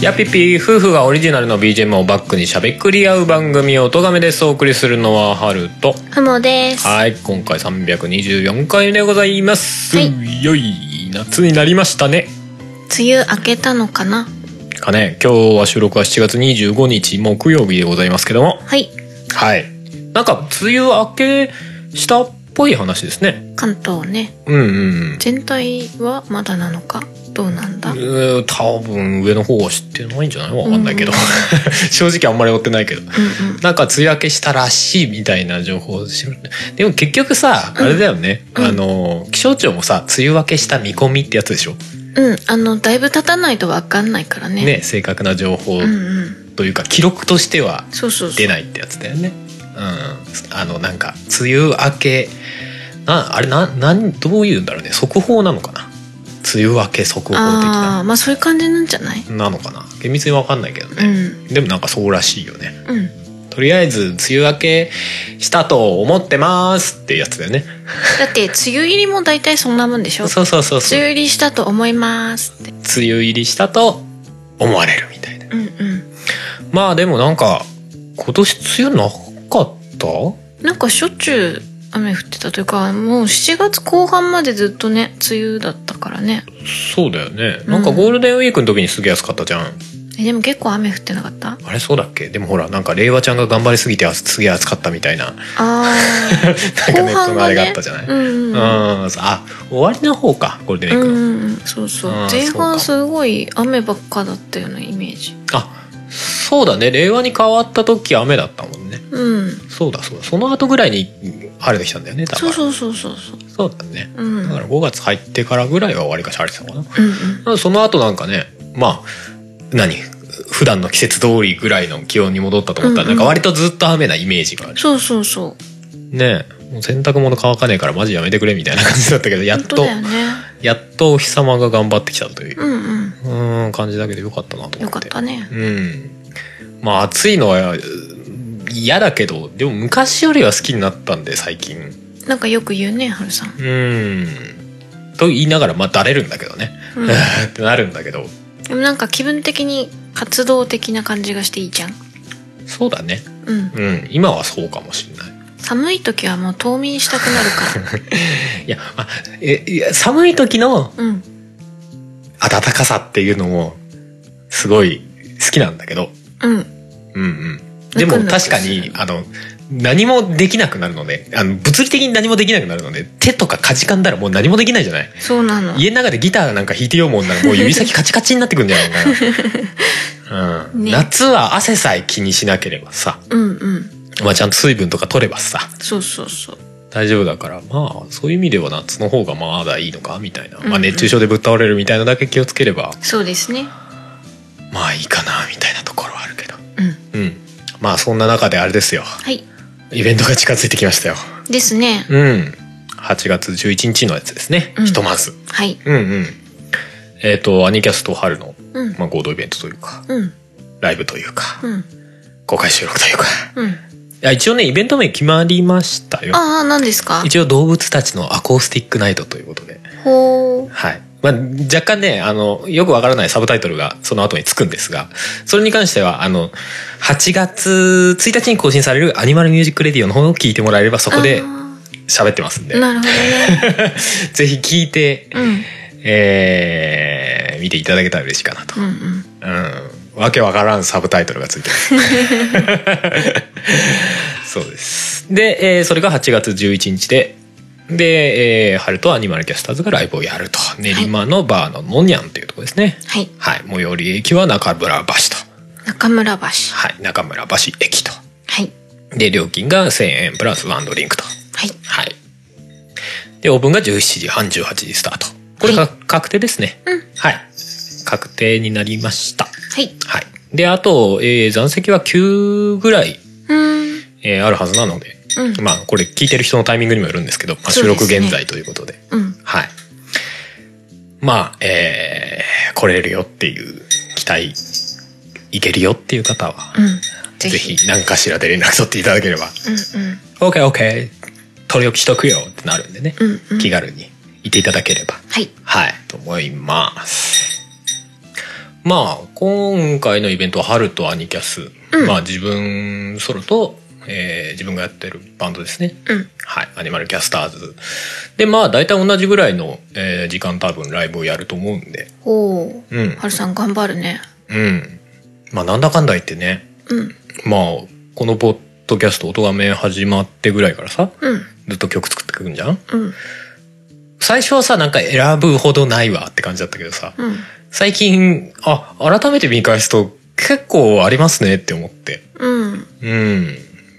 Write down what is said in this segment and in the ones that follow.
やぴぴ夫婦がオリジナルの BGM をバックにしゃべくり合う番組を「とがめ」ですお送りするのはハルとハモです。はい今回324回目でございます、はいよい夏になりましたね梅雨明けたのかなかね今日は収録は7月25日木曜日でございますけどもはい。はいなんか梅雨明けしたっぽい話ですね関東ね。うんうん全体はまだなのかどうなんだ、うん、うん多分上の方は知ってないんじゃないわかんないけど、う 正直あんまり追ってないけどうなんか梅雨明けしたらしいみたいな情報を知るでも結局さあれだよね、うんあの気象庁もさ梅雨明けした見込みってやつでしょん。うん。あの、だいぶ経たないとわかんないからね。ね。正確な情報うんうん。というか記録としてはそうそうそう。。出ないいってやつだよね。うん、あのなんか梅雨明けなあれななんどういうんだろうね速報なのかな梅雨明け速報的ああなー、まあそういう感じなんじゃないなのかな厳密にわかんないけどうね、ん。でもなんかそうらしいよねうん。とりあえず梅雨明けしたと思ってますってやつだよねだって、梅雨入りも大体そんなもんでしょそうそうそうそう梅雨入りしたと思いますって。梅雨入りしたと思われるみたいなうんうまあでもなんか今年梅雨なかったん。なんかしょっちゅう雨降ってたというか、もう7月後半までずっとね、梅雨だったからね。そうだよねなんかゴールデンウィークの時にすげえ安かったじゃんえでも結構雨降ってなかったあれそうだっけでもほらなんか令和ちゃんが頑張りすぎてあすげえ暑かったみたいなあなん ーかネットのあれがあったじゃない、うんうんううんんあ終わりの方かゴールデンウィーうクの、んうんそうそうあー前そうか半すごい雨ばっかだったようなイメージあそうだね令和に変わった時雨だったもんねうんそうだそうだその後ぐらいに晴れてきたんだよね多そう分そうそうそうそうそうだねうんうんだから5月入ってからぐらいはわりかし晴れてたのかなうんうんその後なんかねまあ何普段の季節通りぐらいの気温に戻ったと思ったら、うんうんなんか割とずっと雨なイメージがあるそうそうそうねえもう洗濯物乾かねえからマジやめてくれみたいな感じだったけどやっ本当と、だよねやっとお日様が頑張ってきたといううんうんうーん感じだけどよかったなと思ってよかったねうんまあ暑いのはうん嫌だけどでも昔よりは好きになったんで最近なんかよく言うねはるさん、うーんと言いながらまあだれるんだけどね、うん ってなるんだけどでもなんか気分的に活動的な感じがしていいじゃんそうだねうんうん、今はそうかもしれない。寒い時はもう冬眠したくなるかいや、あえいや寒い時の らうん暖かさっていうのも、すごい好きなんだけど。うんうんうん。でもぬくぬく確かすに、るあの、何もできなくなるので、あの、物理的に何もできなくなるので、手とかかじかんだらもう何もできないじゃないそうなの家の中でギターなんか弾いてようもんならもう指先カチカチになってくんじゃないか な。うん、ね夏は汗さえ気にしなければさ、うんうんまあちゃんと水分とか取ればさ、そうそうそう大丈夫だからまあそういう意味では夏の方がまだいいのかみたいな、うんまうあ、ん熱中症でぶっ倒れるみたいなだけ気をつければそうですねまあいいかなみたいなところはあるけどうんうんまあそんな中であれですよはいイベントが近づいてきましたよですねうん8月11日のやつですね、うんひとまずはいうんうんえっ、とアニキャスと春の、うんまあ、合同イベントというかうんライブというかうん公開収録というかうんいや一応ねイベント名決まりましたよああ何ですか一応動物たちのアコースティックナイトということでほうはい。まあ、若干ね、あの、よくわからないサブタイトルがその後につくんですが、それに関しては、あの、8月1日に更新されるアニマルミュージックレディオの方を聞いてもらえれば、そこであー喋ってますんで、なるほどねぜひ聞いて、うんえー、見ていただけたら嬉しいかなと。うんうんうん。わけわからんサブタイトルがついてます。 そうです。で、えーそれが8月11日で、で、えー春とアニマルキャスターズがライブをやると。練馬のバーののにゃんっていうとこですね。はいはい。最寄り駅は中村橋と。中村橋はい。中村橋駅と。はいで、料金が1000円プラスワンドリンクと。はいはい。で、オープンが17時半、18時スタート。これが確定ですね。うんはい。確定になりました。はいはい。で、あと、えー残席は9ぐらいうん。えーあるはずなので、うん。まあこれ聞いてる人のタイミングにもよるんですけど、まあ、そう収ですね録現在ということでうん。はいまあえー来れるよっていう期待いけるよっていう方は、うん。ぜひ。何かしらで連絡取っていただければうんうん。 OKOK 取り置きしとくよってなるんでね、うんうん気軽にいていただければはい。はいと思いますまあ今回のイベントは「春とアニキャス」うんまあ自分ソロと、えー自分がやってるバンドですねうん。はいアニマルキャスターズでまあ大体同じぐらいの、えー時間多分ライブをやると思うんでおお。うんはるさん頑張るね。うんまあなんだかんだ言ってねうん。まあこのポッドキャスト「音がめ」始まってぐらいからさうん。ずっと曲作ってくんじゃんうん。最初はさなんか選ぶほどないわって感じだったけどさ、うん。最近あ改めて見返すと結構ありますねって思ってうん。うん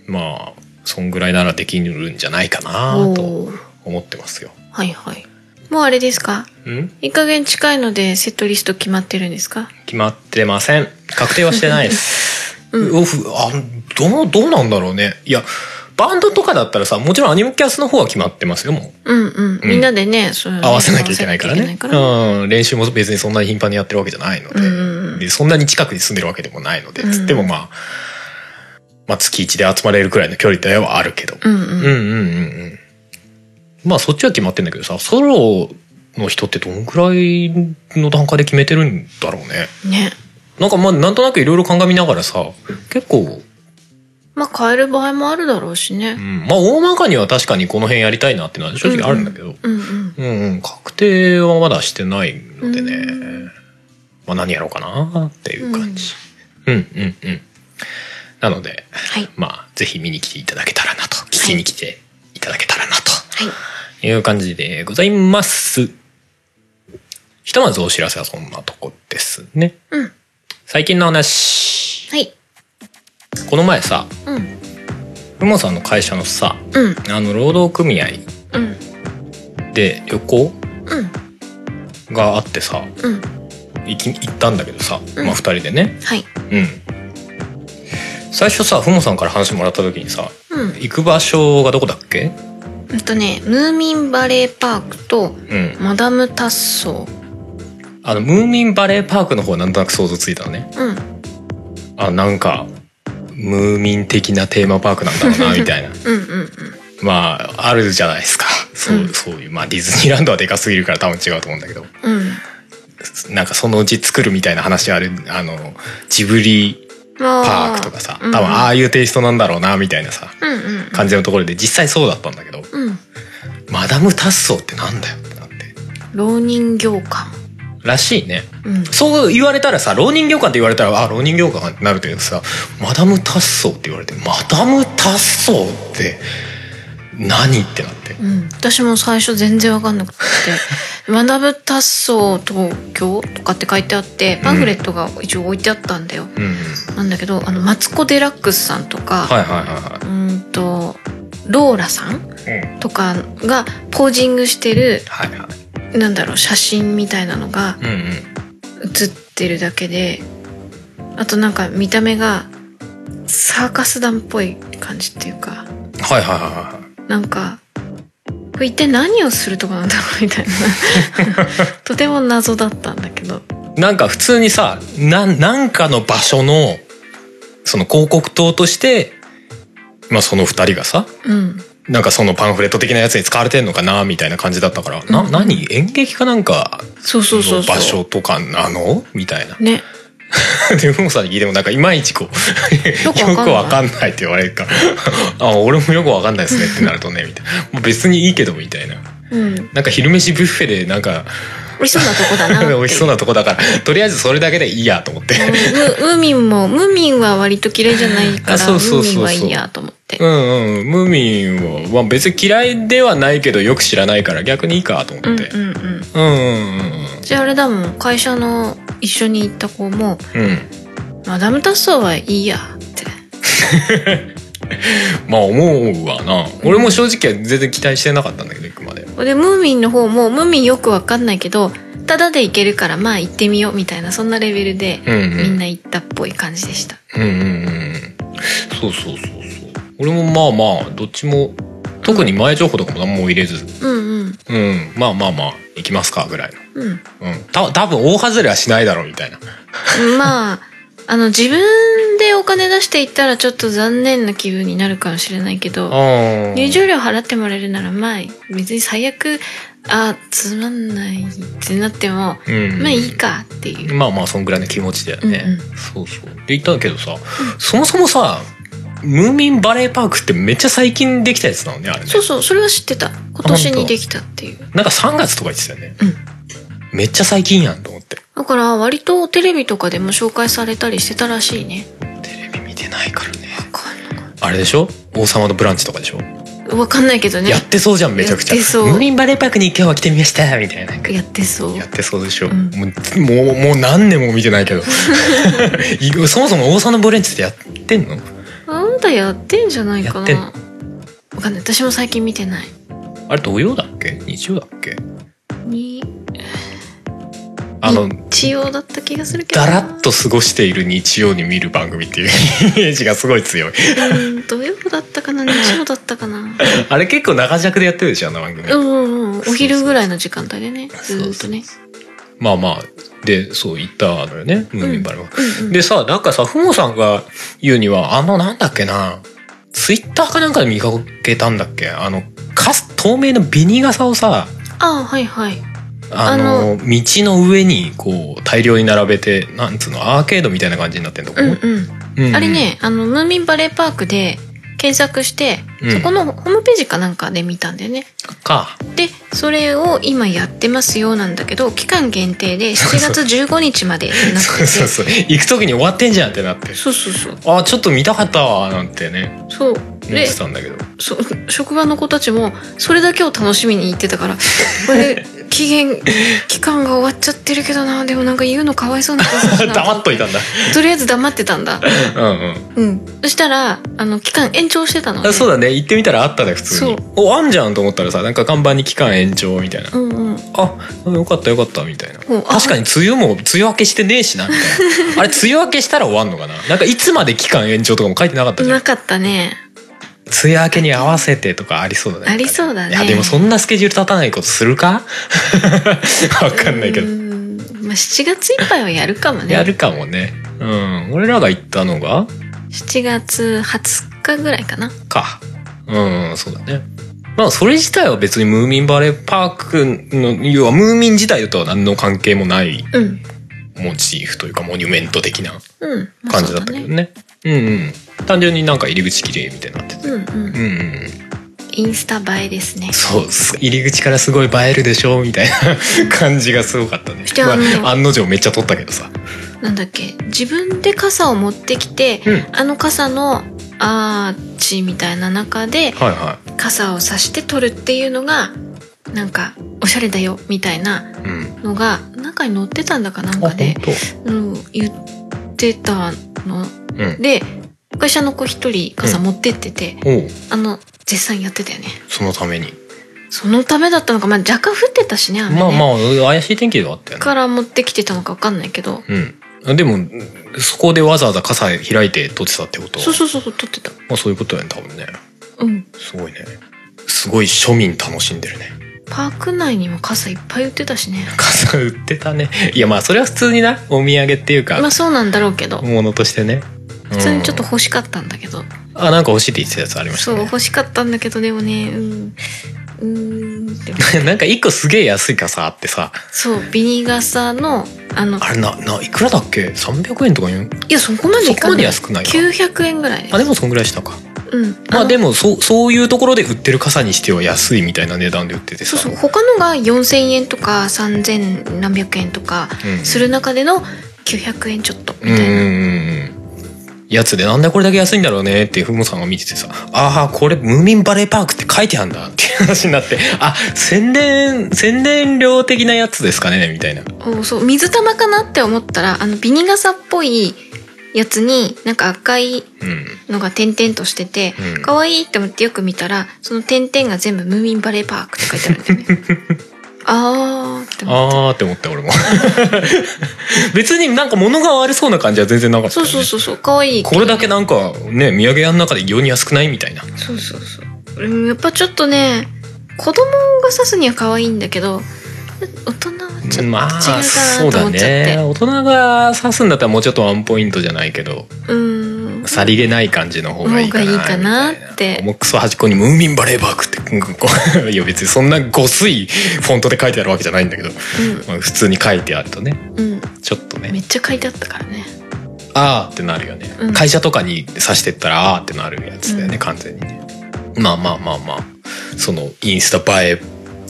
まあそんぐらいならできるんじゃないかなとおお。思ってますよ。はいはい。もうあれですかうんいい加減近いのでセットリスト決まってるんですか決まってません確定はしてないです。ううふあどうどうなんだろうねいやバンドとかだったらさもちろんアニメキャスの方は決まってますよもううんうん。みんなでね、そう合わせなきゃいけないからね。うんうん、練習も別にそんなに頻繁にやってるわけじゃないので、うんでそんなに近くに住んでるわけでもないので、うんつってもまあ、まあ月1で集まれるくらいの距離ではあるけど。うんうんうんうんうん。まあそっちは決まってんだけどさ、ソロの人ってどんくらいの段階で決めてるんだろうね。うん。ね。なんかまあなんとなくいろいろ鑑みながらさ、結構、まあ変える場合もあるだろうしうね。ん、まあ大まかには確かにこの辺やりたいなっていうのは正直あるんだけど、うんうん。うんうん、確定はまだしてないのでね、うんまあ何やろうかなっていう感じ、うん、うんうんなのではい。まあぜひ見に来ていただけたらなと聞きに来ていただけたらなはい。という感じでございますひとまずお知らせはそんなとこですねうん。最近の話はい。この前さうん。ふもさんの会社のさうん。あの労働組合うん。で旅行うん。があってさうん。行き行ったんだけどさ、うんまあ2人でね、はい。うん最初さふもさんから話もらった時にさうん。行く場所がどこだっけうんとね、ムーミンバレーパークうとんマダムタッソあのムーミンバレーパークの方はなんとなく想像ついたのねー。うん。あなんかムーミン的なテーマパークなんだろうなみた いなうんうんまああるじゃないですかそう,、うんそういうまあディズニーランドはでかすぎるから多分違うと思うんだけどうん。うん。なんかそのうち作るみたいな話あるあのジブリまパークとかさ多分あああいうテイストなんだろうなみたいなさー。うんうんうん。感じのところで実際そうだったんだけどうん。マダム・タッソーってなんだよってなって浪人業館。らしいねうん。そう言われたらさ浪人業館って言われたらあ浪人業館ってなるけどさマダム・タッソーって言われてマダム・タッソーって何ってなってうん、私も最初全然わかん なくて「マダム達ソ東京」とかって書いてあってパンフレットが一応置いてあったんだよ、うんうんなんだけどあのマツコ・デラックスさんとか、はいはいはうーんとローラさんいはいうんとかがポージングしてるはいはいなんだろう写真みたいなのがうん写ってるだけであとなんか見た目がサーカス団っぽい感じっていうかうんはいはいはいはなんか、これ一体何をするとこなんだろうみたいな。 とても謎だったんだけど。いなんか普通にさななんかの場所のその広告塔としてまあその二人がさうん。なんかそのパンフレット的なやつに使われてんのかなみたいな感じだったから、なうん何演劇かなんかそうそうそうのそう。場所とかなのみたいな。ね。でふもさんに聞いてもなんかいまいちこうよよくわかんないくわかんないって言われるからあ俺もよくわかんないですねってなるとねみたいなもう別にいいけどみたいなうん。なんか昼飯ブッフェでなんか美味しそうなとこ だなっていう。美味しそうなとこだからとりあえずそれだけでいいやと思ってうん。ムムーミンも、ムーミンは割と嫌いじゃないかあら、そうそうそうそうムーミンはいいやと思ってう。んうんムーミンは、まあ、別に嫌いではないけどよく知らないから逆にいいかと思うんっうんて、うん。うん、うんうんじゃああれだもん、会社の一緒に行った子も、うんうんマダムタッソーはいいやって。まあ思うわな俺も正直は全然期待してなかったんだけど行くまでで、ムーミンの方も、ムーミンよくわかんないけど、タダで行けるから、まあ行ってみようみたいな、そんなレベルで、うんうんみんな行ったっぽい感じでした。うんうんうんそうそうそうそう俺もまあまあどっちも特に前情報とかも何も入れず、うんうんうん、まあまあまあ行きますかぐらいうんの、うん、た多分大外れはしないだろうみたいなまああの自分でお金出していったらちょっと残念な気分になるかもしれないけどあ入場料払ってもらえるならまあ別に最悪あつまんないってなってもうんまあいいかっていうまあまあそんぐらいの気持ちだよね、うんうそうそうで言ったんだけどさ、そもそもさムーミンバレーパークってめっちゃ最近できたやつなのねあれねそうそうそれは知ってた今年にできたっていうなんか3月とか言ってたよね、うんめっちゃ最近やんと思ってだから割とテレビとかでも紹介されたりしてたらしいねテレビ見てないからねわかんなあれでしょ王様のブランチとかでしょ、いわかんないけどねやってそうじゃんめちゃくちゃやってそうムーミンバレーパークに今日は来てみましたみたいななんかやってそうやってそうでしょ、うんもうもうもう何年も見てない けどいそもそも王様のブランチってやってんのあんたやってんじゃないかなやわかんない私も最近見てないあれ土曜だっけ日曜だっけにあの日曜だった気がするけどだならっと過ごしている日曜に見る番組っていう イメージがすごい強いうん土曜だったかな日曜だったかなあれ結構長尺でやってるでしょあの番組、うんうんうんお昼ぐらいの時間帯でねずーっとねまあまあでそう言ったのよねムーミンバレーパークうんうんでさなんかさふもさんが言うにはあのなんだっけなツイッターかなんかで見かけたんだっけあのかす透明のビニ傘をさああはいはいあの道の上にこう大量に並べてなんつうのアーケードみたいな感じになってんとこ、うんうんうんうんあれねあのムーミンバレーパークで検索してうんそこのホームページかなんかで見たんだよねかでそれを今やってますよなんだけど期間限定で7月15日までに なってそうてそうそう行く時に終わってんじゃんってなってそうそうそうあちょっと見たかったわなんてねそう思っでてたんだけどそ職場の子たちもそれだけを楽しみに行ってたからこ れ期限期間が終わっちゃってるけどなでもなんか言うのかわいそうな気がするな黙っといたんだとりあえず黙ってたんだうんうんうんそしたらあの期間延長してたの、ね、あそうだね行ってみたらあったね普通にそおあんじゃんと思ったらさなんか看板に期間延長みたいなうんうんあよかったよかったみたいなうんあ確かに梅雨も梅雨明けしてねえしなみたい なあれ梅雨明けしたら終わんのかななんかいつまで期間延長とかも書いてなかったじゃんなかったね梅雨明けに合わせてとかありそうだねありそうだねいやでもそんなスケジュール立たないことするか わかんないけどうーんまあ、7月いっぱいはやるかもねやるかもねうん俺らが行ったのが7月20日ぐらいかなか。うん、そうだね。まあ、それ自体は別にムーミンバレーパークの、要はムーミン自体とは何の関係もないうんモチーフというかモニュメント的なうん、まあ感じだったけどね。うんうん。単純になんか入り口綺麗みたいになってて。そうだねうんうんうんうん。インスタ映えですねそうす入り口からすごい映えるでしょみたいな 感じがすごかったねし。てあのまあ案の定めっちゃ撮ったけどさ。なんだっけ自分で傘を持ってきて、うんあの傘のアーチみたいな中ではいは。傘を差して撮るっていうのがなんかおしゃれだよみたいないうん。のが中に載ってたんだかなんあ、かで本、当。うん、言ってたのうん。で会社の子一人傘持ってってて、おうあの絶賛やってたよねそのために。そのためだったのか、まあ、若干降ってたしね雨ねまああまあ、怪しい天気ではあったよね。から持ってきてたのか分かんないけどうん。でも、そこでわざわざ傘開いて撮ってたってことはそうそうそうそう撮ってたまあそういうことだよね、多分ね。うんすごいね。すごい庶民楽しんでるね。パーク内にも傘いっぱい売ってたしね傘売ってたね。いや、まあそれは普通にな、お土産っていうか、まあそうなんだろうけどものとしてね。普通にちょっとうん欲しかったんだけど、あ、なんか欲しいって言ってたやつありましたそうね。欲しかったんだけどでもねうんうーんってなんか一個すげえ安い傘あってさ、そうビニ傘のあのあれな、な、いくらだっけ ?300 円とか言ういやそこまでいそこかまなでい安くないか。 900円ぐらいですあ、でもそんぐらいしたか。うんまあでもも、そう、そういうところで売ってる傘にしては安いみたいな値段で売っててそさ。うそう他のが4,000円とか3,000何百円とかうんする中での900円ちょっとみうんたうんいな、うんうんやつでなんでこれだけ安いんだろうねってふもさんが見ててさ「ああこれムーミンバレーパークって書いてあんだ」っていう話になって「あ宣伝宣伝料的なやつですかね」みたいなおそう水玉かなって思ったらあのビニ傘っぽいやつになんか赤いうんのが点々としててうん 可愛、いって思ってよく見たらその点々が全部「ムーミンバレーパーク」って書いてあるんだよねあーって思ってあーって思った俺も 別になんか物が悪そうな感じは全然なかったそようね、そうそうそう可愛いこれだけなんかね土産屋の中で異様に安くないみたいなそうそうそううんやっぱちょっとね子供が刺すには可愛いんだけど大人はちょっと違うまかあなそうと思だっちゃって、ね大人が刺すんだったらもうちょっとワンポイントじゃないけどうんさりげない感じの方がいいかな方がいいかなみたいってもうクソ端っこに「ムーミンバレーバーク」ってこういや別にそんなごすいフォントで書いてあるわけじゃないんだけど、まあ普通に書いてあるとねうん、うん、ちょっとめねっちゃ書いてあったからね「あー」ってなるよね、うん会社とかに刺してったら「あー」ってなるやつだよね、うん完全にねまあまあまあまあそのインスタ映え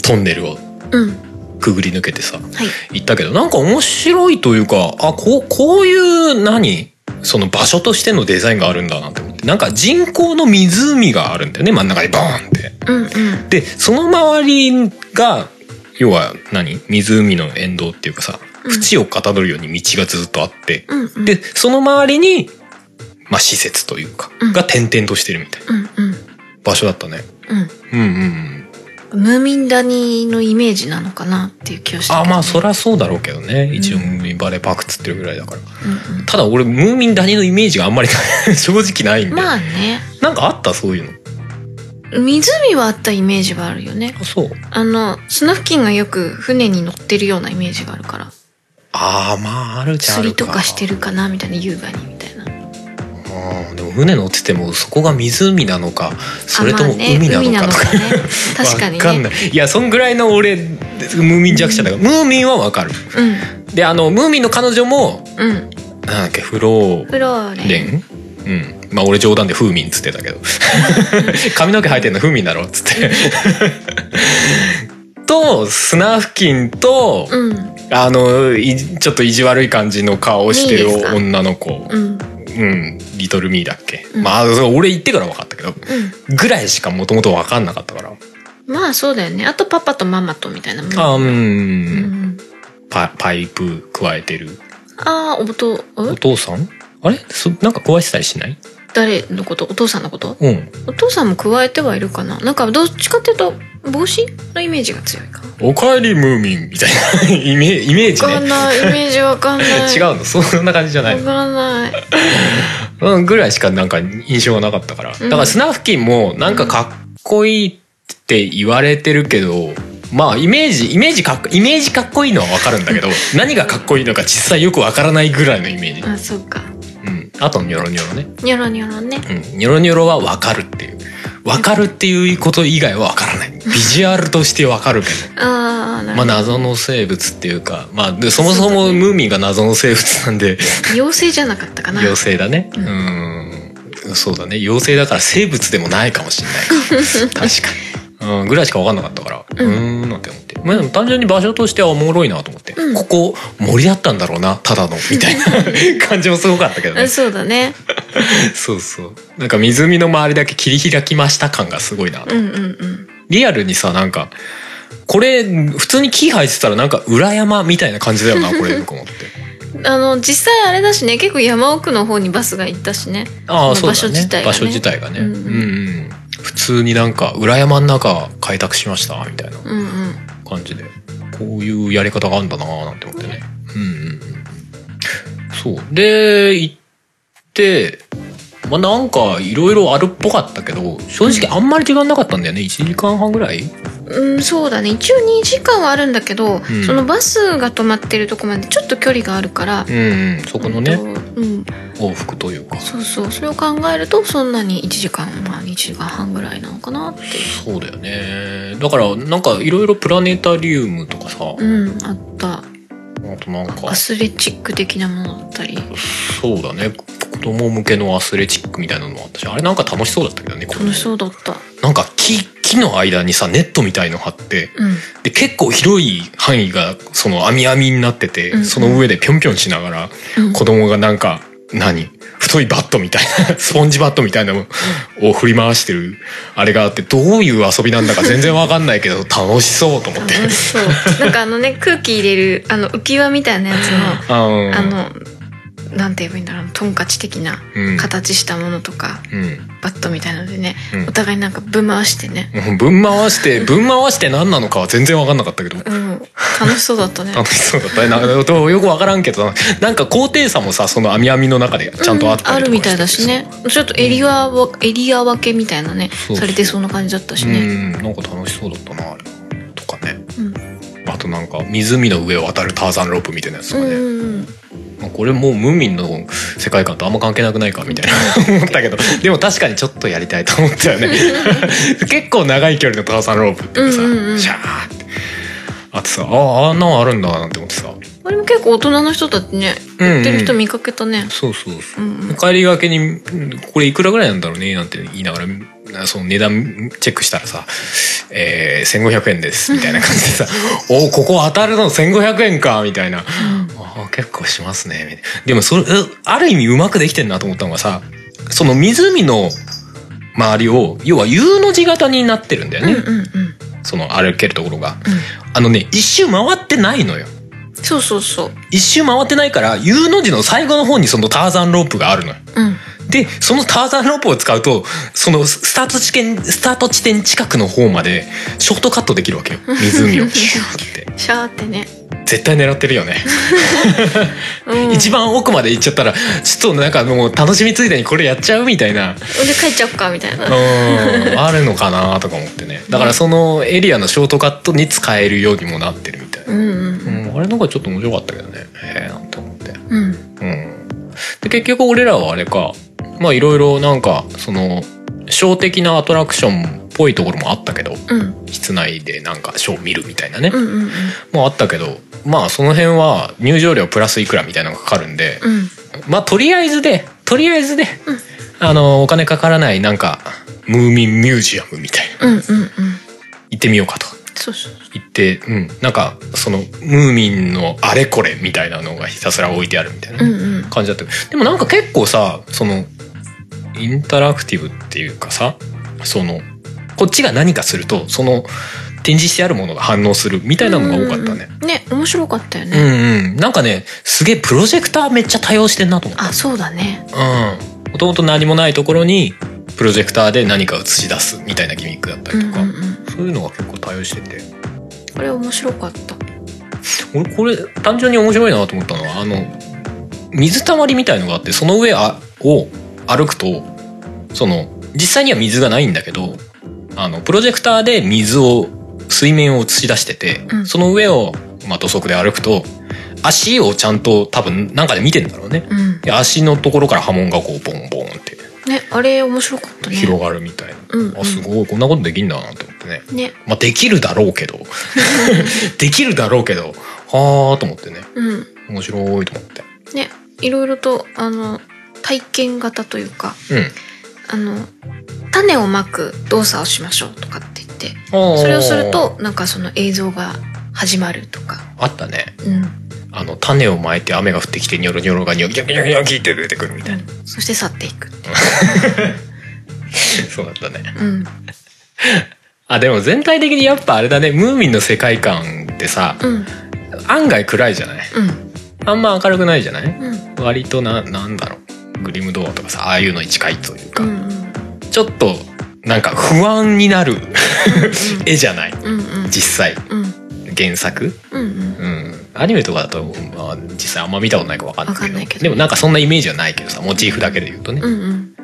トンネルをうんくぐり抜けてさはい行ったけどなんか面白いというかあこうこういう何その場所としてのデザインがあるんだなって思ってなんか人工の湖があるんだよね真ん中にボーンって。うんうんでその周りが要は何湖の沿道っていうかさうん縁をかたどるように道がずっとあって、うんうんでその周りに、まあ、施設というかうんが点々としてるみたいなうんうん場所だったね。うんうんうんうん、ムーミン谷のイメージなのかなっていう気がしてあまあそりゃそうだろうけどね一応うん海バレーパークっつってるぐらいだから。うんうんただ俺ムーミン谷のイメージがあんまりない 正直ないんで、まあねなんかあったそういうの湖はあったイメージはあるよねあそうあの砂付近がよく船に乗ってるようなイメージがあるからああまああるじゃん釣りとかしてるるかなみたいな優雅にみたいなあーでも船乗っててもそこが湖なのかそれともあまあね海なのかとか,、海なのかね確かにねわかんないいやそんぐらいの俺ムーミン弱者だから、ムーミンはわかるであのムーミンの彼女もうんうんなんだっけフローフローレレンンうんまあ俺冗談で「フーミン」っつってたけ ど髪の毛生えてんのフーミンだろっつってと砂付近と、うんあのいちょっと意地悪い感じの顔をしてるミーですか女の子うんうんリトルミーだっけ、うんまあそれ俺言ってから分かったけどうぐらいしかもともと分かんなかったからんまあそうだよねあとパパとママとみたいなもんあうん、うんパパイプ加えてるあーおとおん父さんあれそなんか壊してたりしない誰のことお父さんのことうんお父さんも加えてはいるかななんかどっちかっていうと帽子のイメージが強いか「おかえりムーミン」みたいな イメイメージわかねんないイメージわかんない 違うのそんな感じじゃないわのからないうん、ぐらいしかなんか印象がなかったから。だから砂付近もなんかかっこいいって言われてるけど、まあイメージ、イメージかっこ、イメージかっこいいのはわかるんだけど、何がかっこいいのか実際よくわからないぐらいのイメージ。あそうかうん。あとニョロニョロね。ニョロニョロねうん。ニョロニョロはわかるっていう。わかるっていうこと以外はわからない。ビジュアルとしてわかるけ ど。ああなるまあほど、謎の生物っていうか、まあでそもそもムーミンが謎の生物なんで、妖精じゃなかったかな妖精だね。う。うんそうだね。妖精だから生物でもないかもしれない か。確かに。うん、ぐらいしか分かんなかったから、ううんーん、なんて思って。まあでも単純に場所としてはおもろいなと思って。うんここ森だったんだろうな、ただの、みた いな感じもすごかったけどあね。そうだねそうそう。なんか湖の周りだけ切り開きました感がすごいな。うんうんうんリアルにさ、なんか、これ、普通に木生えてたらなんか裏山みたいな感じだよな、これ、僕思って。あの実際あれだしね結構山奥の方にバスが行ったしねああそそうのだ場所ね自体がね場所自体がね、ううんんうん普通になんか裏山の中開拓しましたみたいなうんうん感じでこういうやり方があるんだなーなんて思ってねうんうんうんそうで行ってまあなんかいろいろあるっぽかったけど正直あんまり時間なかったんだよね1時間半ぐらいうん、そうだね一応2時間はあるんだけど、んそのバスが止まってるとこまでちょっと距離があるからう、ん、うん、そこのうねんとうん、往復というかそうそうそれを考えるとそんなに1時間まあ2時間半ぐらいなのかなっていそうだよねだからなんかいろいろプラネタリウムとかさ、う、うん、あったあとなんかアスレチック的なものだったりそうだね子供向けのアスレチックみたいなのもあったしあれなんか楽しそうだったけどね子供楽しそうだったなんか木木の間にさネットみたいの張ってうんで結構広い範囲がその網網になってて、うんうんその上でぴょんぴょんしながらうん子供がなんか何太いバットみたいな スポンジバットみたいなのを振り回してるあれがあってどういう遊びなんだか全然わかんないけど楽しそうと思っ楽て。し そうなんかあのね空気入れるあの浮き輪みたいなやつのあのあのなんて言えばいいんだろうトンカチ的なうん形したものとか、うんバットみたいなのでね、うんお互いなんかぶん回してね、もう分回して分回して何なのかは全然分かんなかったけどうん、楽しそうだ ったね楽しそうだったねなんかどうよく分からんけどなんか高低差もさその網網の中でちゃんとあったりとかうんあるみたいだてしねちょっとエリアわエリア分けみたいなねそうされてそうな感じだったうしね、んなんか楽しそうだったなあれとかねうんあとなんか湖の上を渡るターザンロープみたいなやつとうかんね、うんまあこれもうムーミンの世界観とあんま関係なくないかみたい な思ったけどでも確かにちょっとやりたいと思ったよね結構長い距離のターザンロープってさ、うんうんうんシャーってあとさああんなのあるんだなんて思ってさあれも結構大人の人たちねうんうんやってる人見かけたね、そうそうそうう、んうん帰りがけにうん「これいくらぐらいなんだろうね」なんて言いながらその値段チェックしたらさ「えー、1500円です」みたいな感じで さ「おここ当たるの1500円か」みたいな。あ結構しますねみたいなでもそれうある意味うまくできてんなと思ったのがさその湖の周りを要は U の字型になってるんだようんね、うんうんうんその歩けるところがあのね一周回ってないのよそうそうそう一周回ってないから U の字の最後の方にそのターザンロープがあるのようんでそのターザンロープを使うとそのスタート地点スタート地点近くの方までショートカットできる わけよ湖をヒューってシャーってね、絶対狙ってるよねうん、一番奥まで行っちゃったらちょっとなんかもう楽しみついでにこれやっちゃうみたいなで帰っちゃおっかみたいな、うんあるのかなとか思ってねだからそのエリアのショートカットに使えるようにもなってるみたいな、うんうんうん、あれなんかちょっと面白かったけどねへえなんて思ってうんうんで結局俺らはあれかまあいろいろなんかそのショー的なアトラクションっぽいところもあったけどうん室内でなんかショー見るみたいなね、うんうんうんもうあったけどまあその辺は入場料プラスいくらみたいなのがかかるんで、うんまあとりあえずでとりあえずで、うんあのお金かからないなんかムーミンミュージアムみたいなうんうんうん行ってみようかとそうそう行ってうんなんかそのムーミンのあれこれみたいなのがひたすら置いてあるみたいうんなうん感じだった、でもなんか結構さそのインタラクティブっていうかさそのこっちが何かするとその展示してあるものが反応するみたいなのが多かったねうんうんね面白かったようね、んうんなんかねすげえプロジェクターめっちゃ多用してんなと思ったあそうだねもともと何もないところにプロジェクターで何か映し出すみたいなギミックだったうりんうとんか、うんそういうのが結構多用しててこれ面白かった俺これ単純に面白いなと思ったのはあの水たまりみたいのがあってその上あを歩くとその実際には水がないんだけどあのプロジェクターで水を水面を映し出してて、うんその上を、まあ、土足で歩くと足をちゃんと多分なんかで見てんだろうね。うんで足のところから波紋がこうボンボンってねあれ面白かったね広がるみたいな。うんうんあすごいこんなことできんだなと思ってね、ねまあ、できるだろう けどできるだろうけどはあと思ってねうん面白いと思ってねいろいろとあの体験型というかうんあの種をまく動作をしましょうとかって言ってあーそれをするとなんかその映像が始まるとかあったねうんあの種をまいて雨が降ってきてニョロニョロがニョキニョキニョキニョキって出てくるみたいなそして去っていくそうだったねうんあでも全体的にやっぱあれだねムーミンの世界観ってさうん案外暗いじゃないうんあんま明るくないじゃないうん割とななんだろうグリムドアとかさああいうのに近いといううか、んうんちょっとなんか不安になる絵じゃないうんうん実際うん原作うんうんうんアニメとかだと、まあ、実際あんま見たことないか分かんないけどわかんないけどでもなんかそんなイメージはないけどさモチーフだけで言うとねうんうん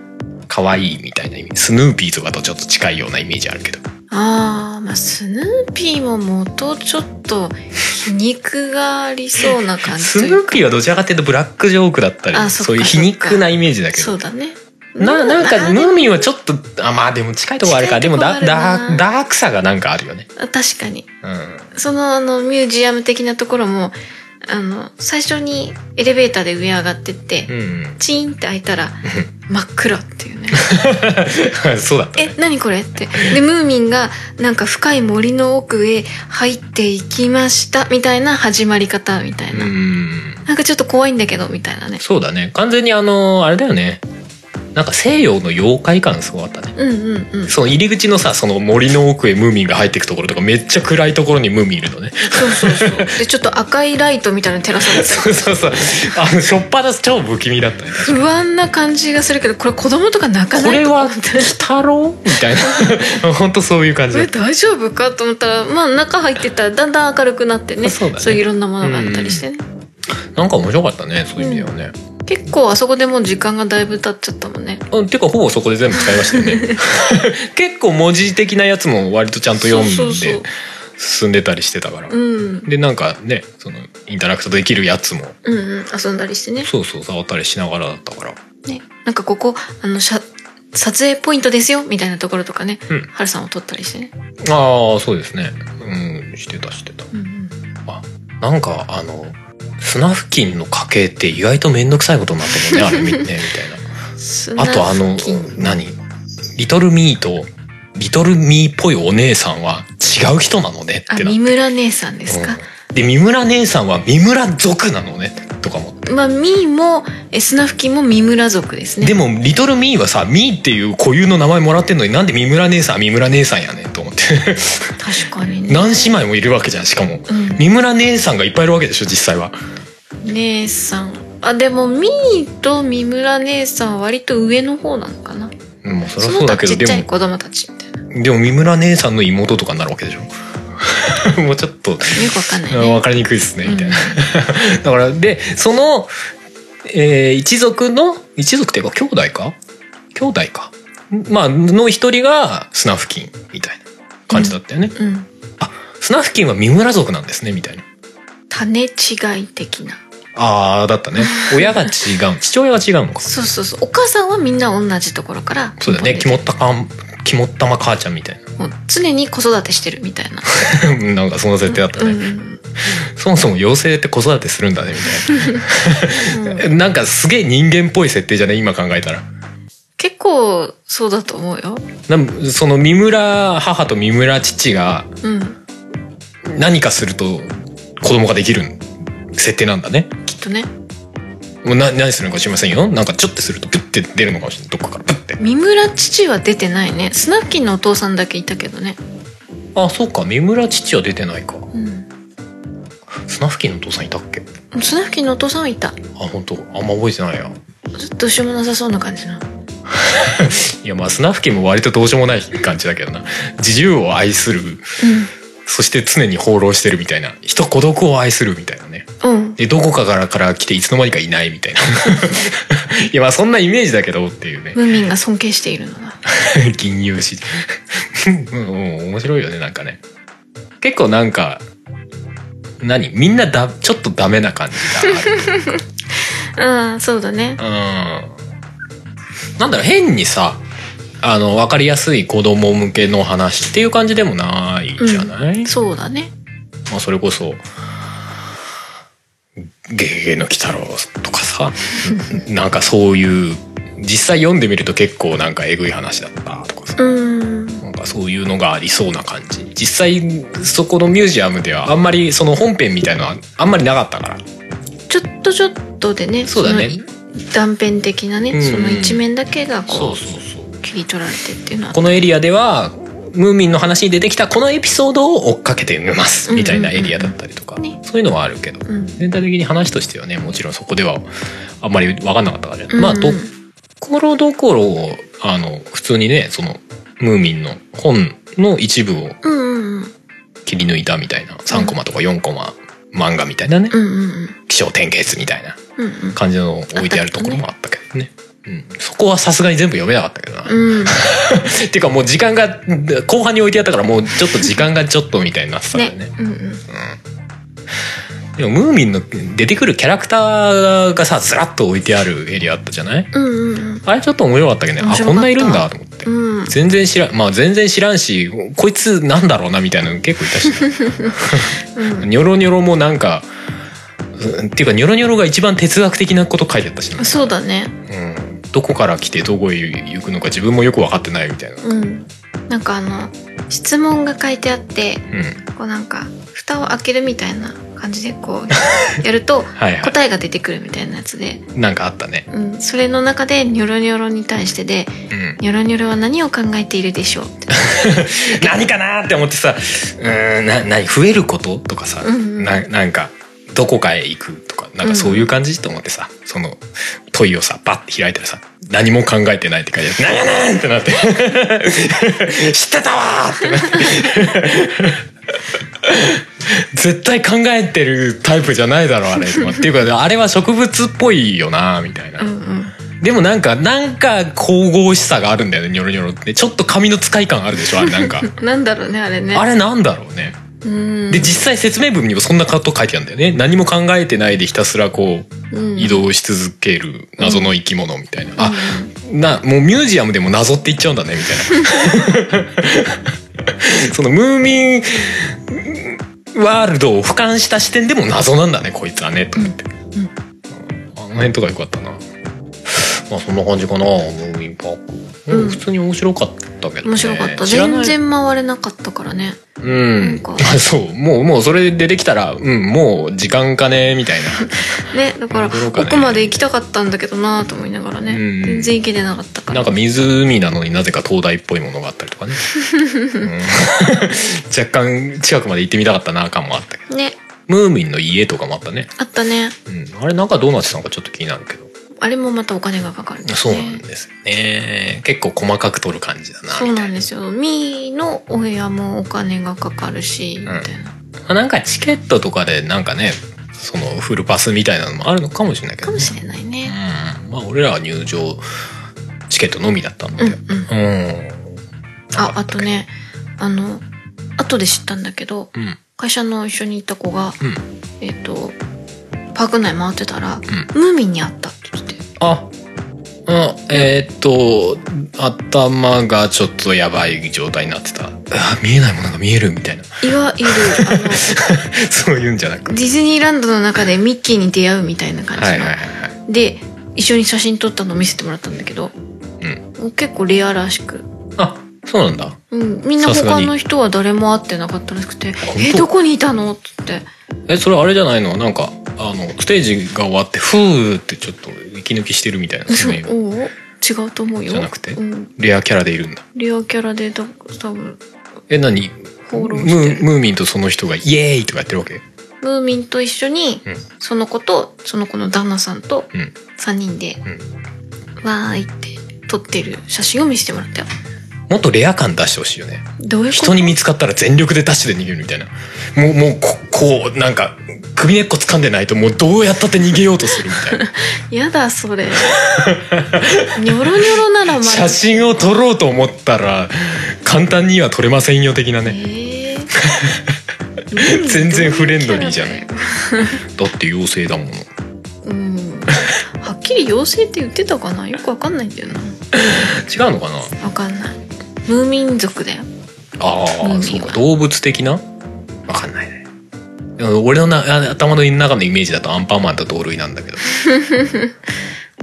可愛、いみたいな意味スヌーピーとかとちょっと近いようなイメージあるけどあーまあスヌーピーも元ちょっと皮肉がありそうな感じスとヌ いうーかピーはどちらかというとブラックジョークだったりあそっかそういう皮肉なイメージだけそどうだねななんかでムもーミンはちょっとあまあでも近いとこあるから近でいともこだあるだなダークさがなんかあるよねあ確かにうんそのあのミュージアム的なところもあの最初にエレベーターで上上がってって、うん チーンって開いたら真っ暗っていうねうんそうだったえね何これってでムーミンがなんか深い森の奥へ入っていきましたみたいな始まり方みたいうな、んなんかちょっと怖いんだけどみたいなねそうだね完全にあのあれだよねなんか西洋の妖怪感すごかったねうんうんうんその入り口のさその森の奥へムーミンが入ってくところとかめっちゃ暗いところにムーミンいるのねそうそうそう でちょっと赤いライトみたいなの照らされて そうそうそうあのしょっぱな超不気味だったね不安な感じがするけどこれ子供とか泣かこないれとは思鬼って太郎みたいな 本当そういう感じこだれった大丈夫かと思ったらまあ中入ってったらだんだん明るくなってねそうだねいういろんなものがあったりしてね、 なんか面白かったねそういう意味ではね、結構あそこでもう時間がだいぶ経っちゃったもんねうん、てかほぼそこで全部使いましたよね結構文字的なやつも割とちゃんと読んそうそうそでう進んでたりしてたからうんでなんかねそのインタラクトできるやつもうんうん遊んだりしてねそうそう触ったりしながらだったからねなんかここあのしゃ撮影ポイントですよみたいなところとかね、うんはるさんを撮ったりしてね、ああそうですねうんしてたしてたうんうん、あなんかあの砂付近の家系って意外と面倒くさいことになってるねあれみねみたいな砂あとあの付近何リトルミーとリトルミーっぽいお姉さんは違う人なのねあってな三村姉さんですか、うんで三村姉さんは三村族なのねとかも、まあみーもえ砂付近も三村族ですねでもリトルミーはさミーっていう固有の名前もらってんのになんで三村姉さんは三村姉さんやねんと思って 確かにね何姉妹もいるわけじゃんしかもうん三村姉さんがいっぱいいるわけでしょ実際は姉さんあでもみーと三村姉さんは割と上の方なのかなうんもうそりゃそそのう他だけちどっちゃいで子供たちみたいなよもでも三村姉さんの妹とかになるわけでしょもうちょっ とくわかんない分ねかりにくいですねみたいな、だからでその、えー一族の一族っていうか兄弟か兄弟かまあの一人がスナフキンみたいな感じだったよね、うん、うん、あスナフキンは三村族なんですねみたいな種違い的なあーだ ったね親が違う父親が違うのかそうそうそうお母さんはみんな同じところからそうだよね日肝本ったかん肝ったま母ちゃんみたいでもう常に子育てしてるみたいな、 ななんかその設定だったうね、んうんそもそも妖精って子育てするんだねみたいうんなえ なんかすげえ人間っぽい設定じゃない今考えたら結構そうだと思うよなんその三村母と三村父がうん何かすると子供ができる設定なんだね。きっとねもうな何するのか知りませんよ。なんかちょっとするとプッて出るのかもしれない。どっかからプッて。三村父は出てないねスナフキンのお父さんだけいたけどねあ、そうか。三村父は出てないか。うん砂付近のお父さんいたっけスナフキンのお父さんはいたあ、本当あんま覚えてないや。どうしようもなさそうな感じないや、まあ砂付近も割とどうしようもない感じだけどな。自由を愛する。そして常に放浪してるみたいな。人孤独を愛するみたいなね。うんうんで、どこかからから来ていつの間にかいないみたいな。 いや、まあそんなイメージだけどって いうね。ムーミンが尊敬しているのだ銀融市うんうん面白いよねなんかね結構なんか何みんなだちょっとダメな感じうんそうだねがあるうんなんだろう変にさあの分かりやすい子供向けの話っていう感じでもないじゃない、そうだねまあ、それこそ「ゲゲゲの鬼太郎」とかさ なんかそういう実際読んでみると結構なんかえぐい話だったとかさうんなんかそういうのがありそうな感じ実際そこのミュージアムではあんまりその本編みたいのはあんまりなかったからちょっとちょっとでねそうだねその断片的なね、うんうんその一面だけがこうそうそう切り取られてっていうのはこのエリアではムーミンの話に出てきたこのエピソードを追っかけてみますみたいなエリアだったりとか、うんうんうんねそういうのはあるけどうん全体的に話としてはねもちろんそこではあんまり分かんなかったから、ねまあうんところどころをあの普通にねそのムーミンの本の一部をうんうんうん切り抜いたみたいな3コマとか4コマ漫画みたいなねうんうんうん気象転結みたいなうんうん感じの置いてあるところもあったけどね。うん、そこはさすがに全部読めなかったけどな。っうんていうかもう時間が後半に置いてあったからもうちょっと時間がちょっとみたいになってたからね。ね、うんうん、でもムーミンの出てくるキャラクターがさずらっと置いてあるエリアあったじゃないうんうんあれちょっと面白かったけどね面あ白こかったんないるんだと思って。うん、うん、全然知らんまあ全然知らんしこいつなんだろうなみたいなの結構いたし ね、ニョロニョロもなんかうんっていうかニョロニョロが一番哲学的なこと書いてあったしなそうだねうん、どこから来てどこへ行くのか自分もよく分かってないみたいな。うんなんかあの質問が書いてあってうん、こうなんか蓋を開けるみたいな感じでこうやる とはいは答えが出てくるみたいなやつで、い。なんかあったね。うん、それの中でニョロニョロに対してでうん。ニョロニョロは何を考えているでしょうって 何かなーって思ってさ、うーん、な、なに、増えることとかさ、うんうんな、なんか、どこかへ行くとか、なんかそういう感じ、と思ってさ、その、問いをさ、バッて開いたらさ、何も考えてないって書いてある。なんやねんってなって。 知ってたわーってなって。 絶対考えてるタイプじゃないだろ、あれ。とかっていうか、あれは植物っぽいよなみたいな。うんうんでもなんか、なんか神々しさがあるんだよね、ニョロニョロって。ちょっと髪の使い感あるでしょ、あれなん か。なんだろうねあれね あれなんだろうね。うんで、実際説明文にもそんなこと書いてあるんだよね。何も考えてないでひたすらこう、うん移動し続ける謎の生き物みたいな。あ、うんな、もうミュージアムでも謎って言っちゃうんだね、みたい な。そのムーミンワールドを俯瞰した視点でも謎なんだね、こいつはね、と思って。うんうんあの辺とか良かったな。まあそんな感じかな、ムーミンパーク。うんうん普通に面白かったけどね。面白かった、知らな全い然回れなかったからねうんん。か そう。もう、もうそれ出てきたら、うん、もう時間かね、みたいな。 ねだから驚かない奥まで行きたかったんだけどなと思いながらね、うん全然行けてなかったからなんか湖なのになぜか灯台っぽいものがあったりとかね。うん、 若干近くまで行ってみたかったな感もあったけど。ねムーミンの家とかもあったね。あったねうん、あれなんかどうなってたのかちょっと気になるけど。あれもまたお金がかかるんですそうねなんですよね。結構細かく撮る感じだな。そうなんですよミーのお部屋もお金がかかるし、んみたいなあなんかチケットとかでなんかね、そのフルパスみたいなのもあるのかもしれないけかど、もね。しれないねうん。まあ俺らは入場チケットのみだったので。うんうんうん。ああとねあの後で知ったんだけどうん。会社の一緒にいた子がうん。えっ、とパーク内回ってたら、んムーミンに会ったって言ってあ、うん、えーっと、頭がちょっとやばい状態になって た。あ見えないものが見えるみたいな。 いわゆるあのそういうんじゃなく。ディズニーランドの中でミッキーに出会うみたいな感じの、はいはいはいはい。で一緒に写真撮ったのを見せてもらったんだけどうん。結構レアらしく、あ、そうなんだ。うん、みんなさすが他にの人は誰も会ってなかったらしくて「当えどこにいたの?」っつってえ、それあれじゃないのなんか、あの、ステージが終わって、ふーってちょっと息抜きしてるみたいな。 「そ そうういうおう違うと思うよ」じゃなくてうん、レアキャラでいるんだ。レアキャラで多分え、何放ム浪してーるムーミンとその人がイエーイとかやってるわけムーミンと一緒にうんその子とその子の旦那さんとうん。 3人でうん。 「わーい」って撮ってる写真を見せてもらったよ。もっとレア感出してほしいよね。どういうこと人に見つかったら全力でダッシュで逃げるみたいな。もう、もうこ、こう、なんか、首根っこ掴んでないと、もうどうやったって逃げようとするみ たいな。やだそ れニョロニョロならまだ写真を撮ろうと思ったら、簡単には撮れませんよ的なね。ええ 全然フレンドリーじゃない。だって妖精だもの。うん。はっきり妖精って言ってたかなよくわかんないんだよな。違うのかなわかんない。ムーミン族だよ。あうあ、んそうか。動物的なわかんないね。でも俺のなあ頭の中のイメージだとアンパンマンと同類なんだけど。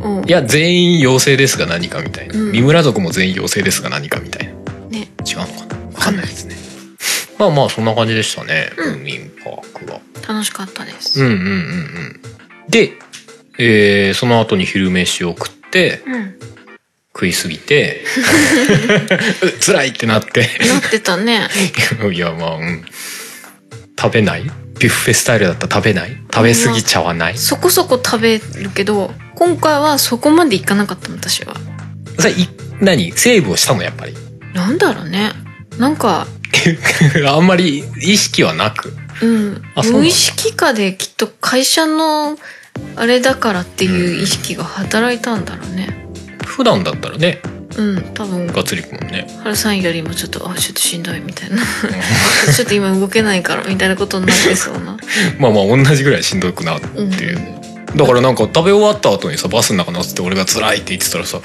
おういや、全員妖精ですが何かみたいな。うん三村族も全員妖精ですが何かみたいな。ね。違うのかなわかんないですね。 まあまあそんな感じでしたね。ムーミンパークは。楽しかったでうす。んうんうんうん。で、えーその後に昼飯を食って、うん。な食いすぎて、 う辛いってなって。 ってたね。いやまあ、うん。食べないビュッフェスタイルだったら食べない食べ過ぎちゃわないそこそこ食べるけど、今回はそこまでいかなかったの私は。それい、何セーブをしたのやっぱり。 なんだろうね。なんか、あんまり意識はなく。うんあ。そうなんだ無意識下できっと会社のあれだからっていう意識が働いたんだろうね。普段だったらね、うん。多分、ガッツリくもんね。春さんよりもちょっと、あ、ちょっとしんどいみたいな。 ちょっと今動けないからみたいなことになってそうな。まあまあ同じぐらいしんどくなっていうね、だからなんか食べ終わった後にさバスの中乗ってて俺が辛いって言ってたらさ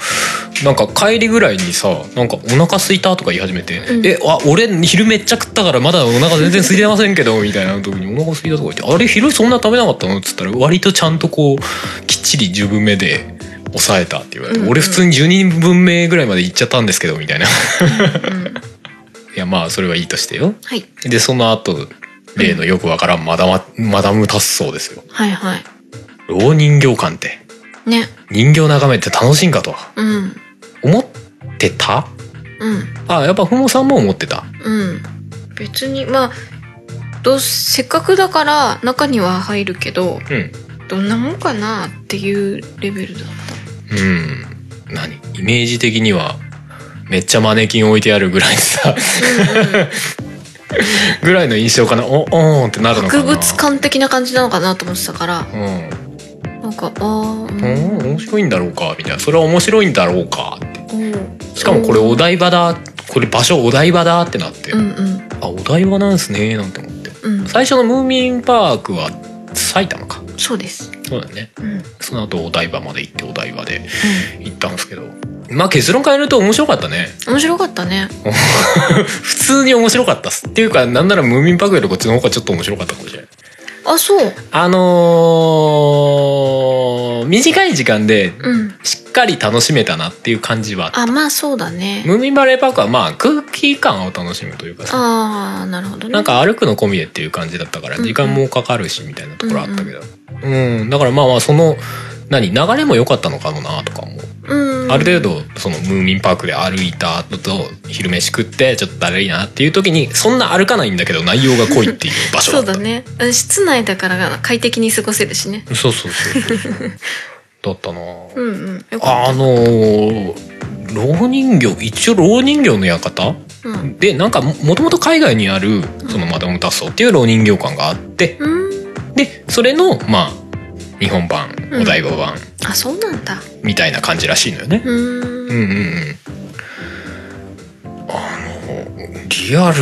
なんか帰りぐらいにさなんかお腹空いたとか言い始めて「うんえあ俺昼めっちゃ食ったからまだお腹全然空いてませんけ ど」みたいな時に「お腹空いた」とか言って「あれ昼そんな食べなかったの?」っつったら割とちゃんとこうきっちり10分目で。抑えたって言われて、うんうん俺普通に12人分目ぐらいまで行っちゃったんですけどみたいな いうん、やまあそれはいいとしてよはい。でその後例のよくわからんマダママダム達奏ですよはいはい。老人形館ってね。人形眺めて楽しいんかとうん。思ってたうん。あやっぱふもさんも思ってたうん。別に、まあ、どうせっかくだから中には入るけど、うんどんなもんかなっていうレベルだっうん何イメージ的にはめっちゃマネキン置いてあるぐらいさ た。うんうんぐらいの印象かなおおーんってなるのかな博物館的な感じなのかなと思ってたから、なんか、ああ、ううんうんん、面白いんだろうかみたいなそれは面白いんだろうかっておしかもこれお台場だこれ場所お台場だってなって、うんうんあお台場なんすねなんて思ってうん、最初のムーミンパークは埼玉かそうです。そうだよねうんうんその後お台場まで行ってお台場で行ったんですけどまあ結論変えると面白かったね面白かったね。普通に面白かったっすっていうかなんならムーミンパークよりこっちの方がちょっと面白かったかもしれないあ、そう。あのー短い時間でうん。しっかり楽しめたなっていう感じはあ、まあそうだね。ムーミンバレーパークはまあ空気感を楽しむというかさああ、なるほどね。なん、か歩くの込みでっていう感じだったからうんうん時間もかかるしみたいなところあったけどうん、だからまあまあその何流れも良かったのかもなとかも、うん、ある程度そのムーミンパークで歩いた後と昼飯食ってちょっとだるいなっていう時にそんな歩かないんだけど内容が濃いっていう場所だっそうただね。うん室内だから快適に過ごせるしね。そうそうそうそうだったなぁうんうん。よかっあのー、老人形一応老人形の館た。うん。でなんかももともと海外にあるそのマダム・タッソーっていう老人形館があってうん。でそれのまあ日本版うんお台場版あ、そうなんだ。みたいな感じらしいのよね。ううんーうんうん。んあのリアル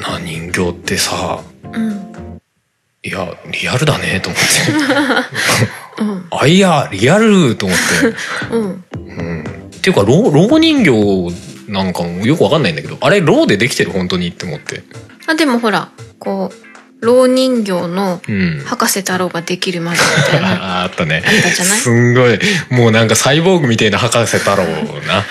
な人形ってさうん。いやリアルだねと思ってうん。 あいやリアルと思って。うん。うんっていうかろうろう人形なんかもよくわかんないんだけどあれろうでできてる本当にって思ってあ、でもほら、こう、老人形の うん博士太郎ができるまでみたいな。ああったねあったじゃないすんごいもうなんかサイボーグみたいな博士太郎な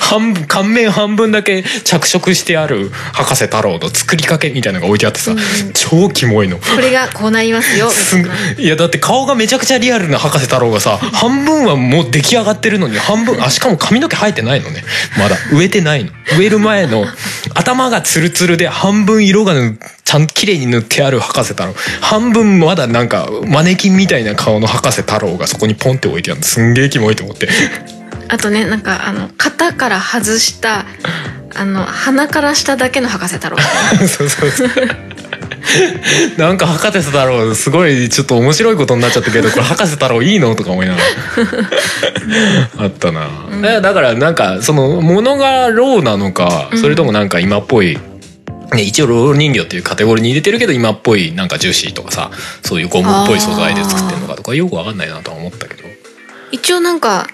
半分顔面半分だけ着色してある博士太郎の作りかけみたいなのが置いてあってさ、うんうん超キモいのこれがこうなりますよ、みすたんいな。いやだって顔がめちゃくちゃリアルな博士太郎がさ半分はもう出来上がってるのに半分あしかも髪の毛生えてないのねまだ植えてないの植える前の頭がツルツルで半分色がぬちゃんと綺麗に塗ってある博士太郎半分まだなんかマネキンみたいな顔の博士太郎がそこにポンって置いてあるのすんげえキモいと思ってあとね、なんか、あの、型から外した、あの、鼻からしただけの博士 太郎。そうそうそう。なんか博士太郎すごいちょっと面白いことになっちゃったけどこれ博士太郎いいのとか思いなが らあったな、んだだからなんかそのものがローなのか、うんそれともなんか今っぽい、ね、一応ロー人形っていうカテゴリーに入れてるけど今っぽいなんかジューシーとかさそういうゴムっぽい素材で作ってるのかとかよくわかんないなとは思ったけど、一応なんか、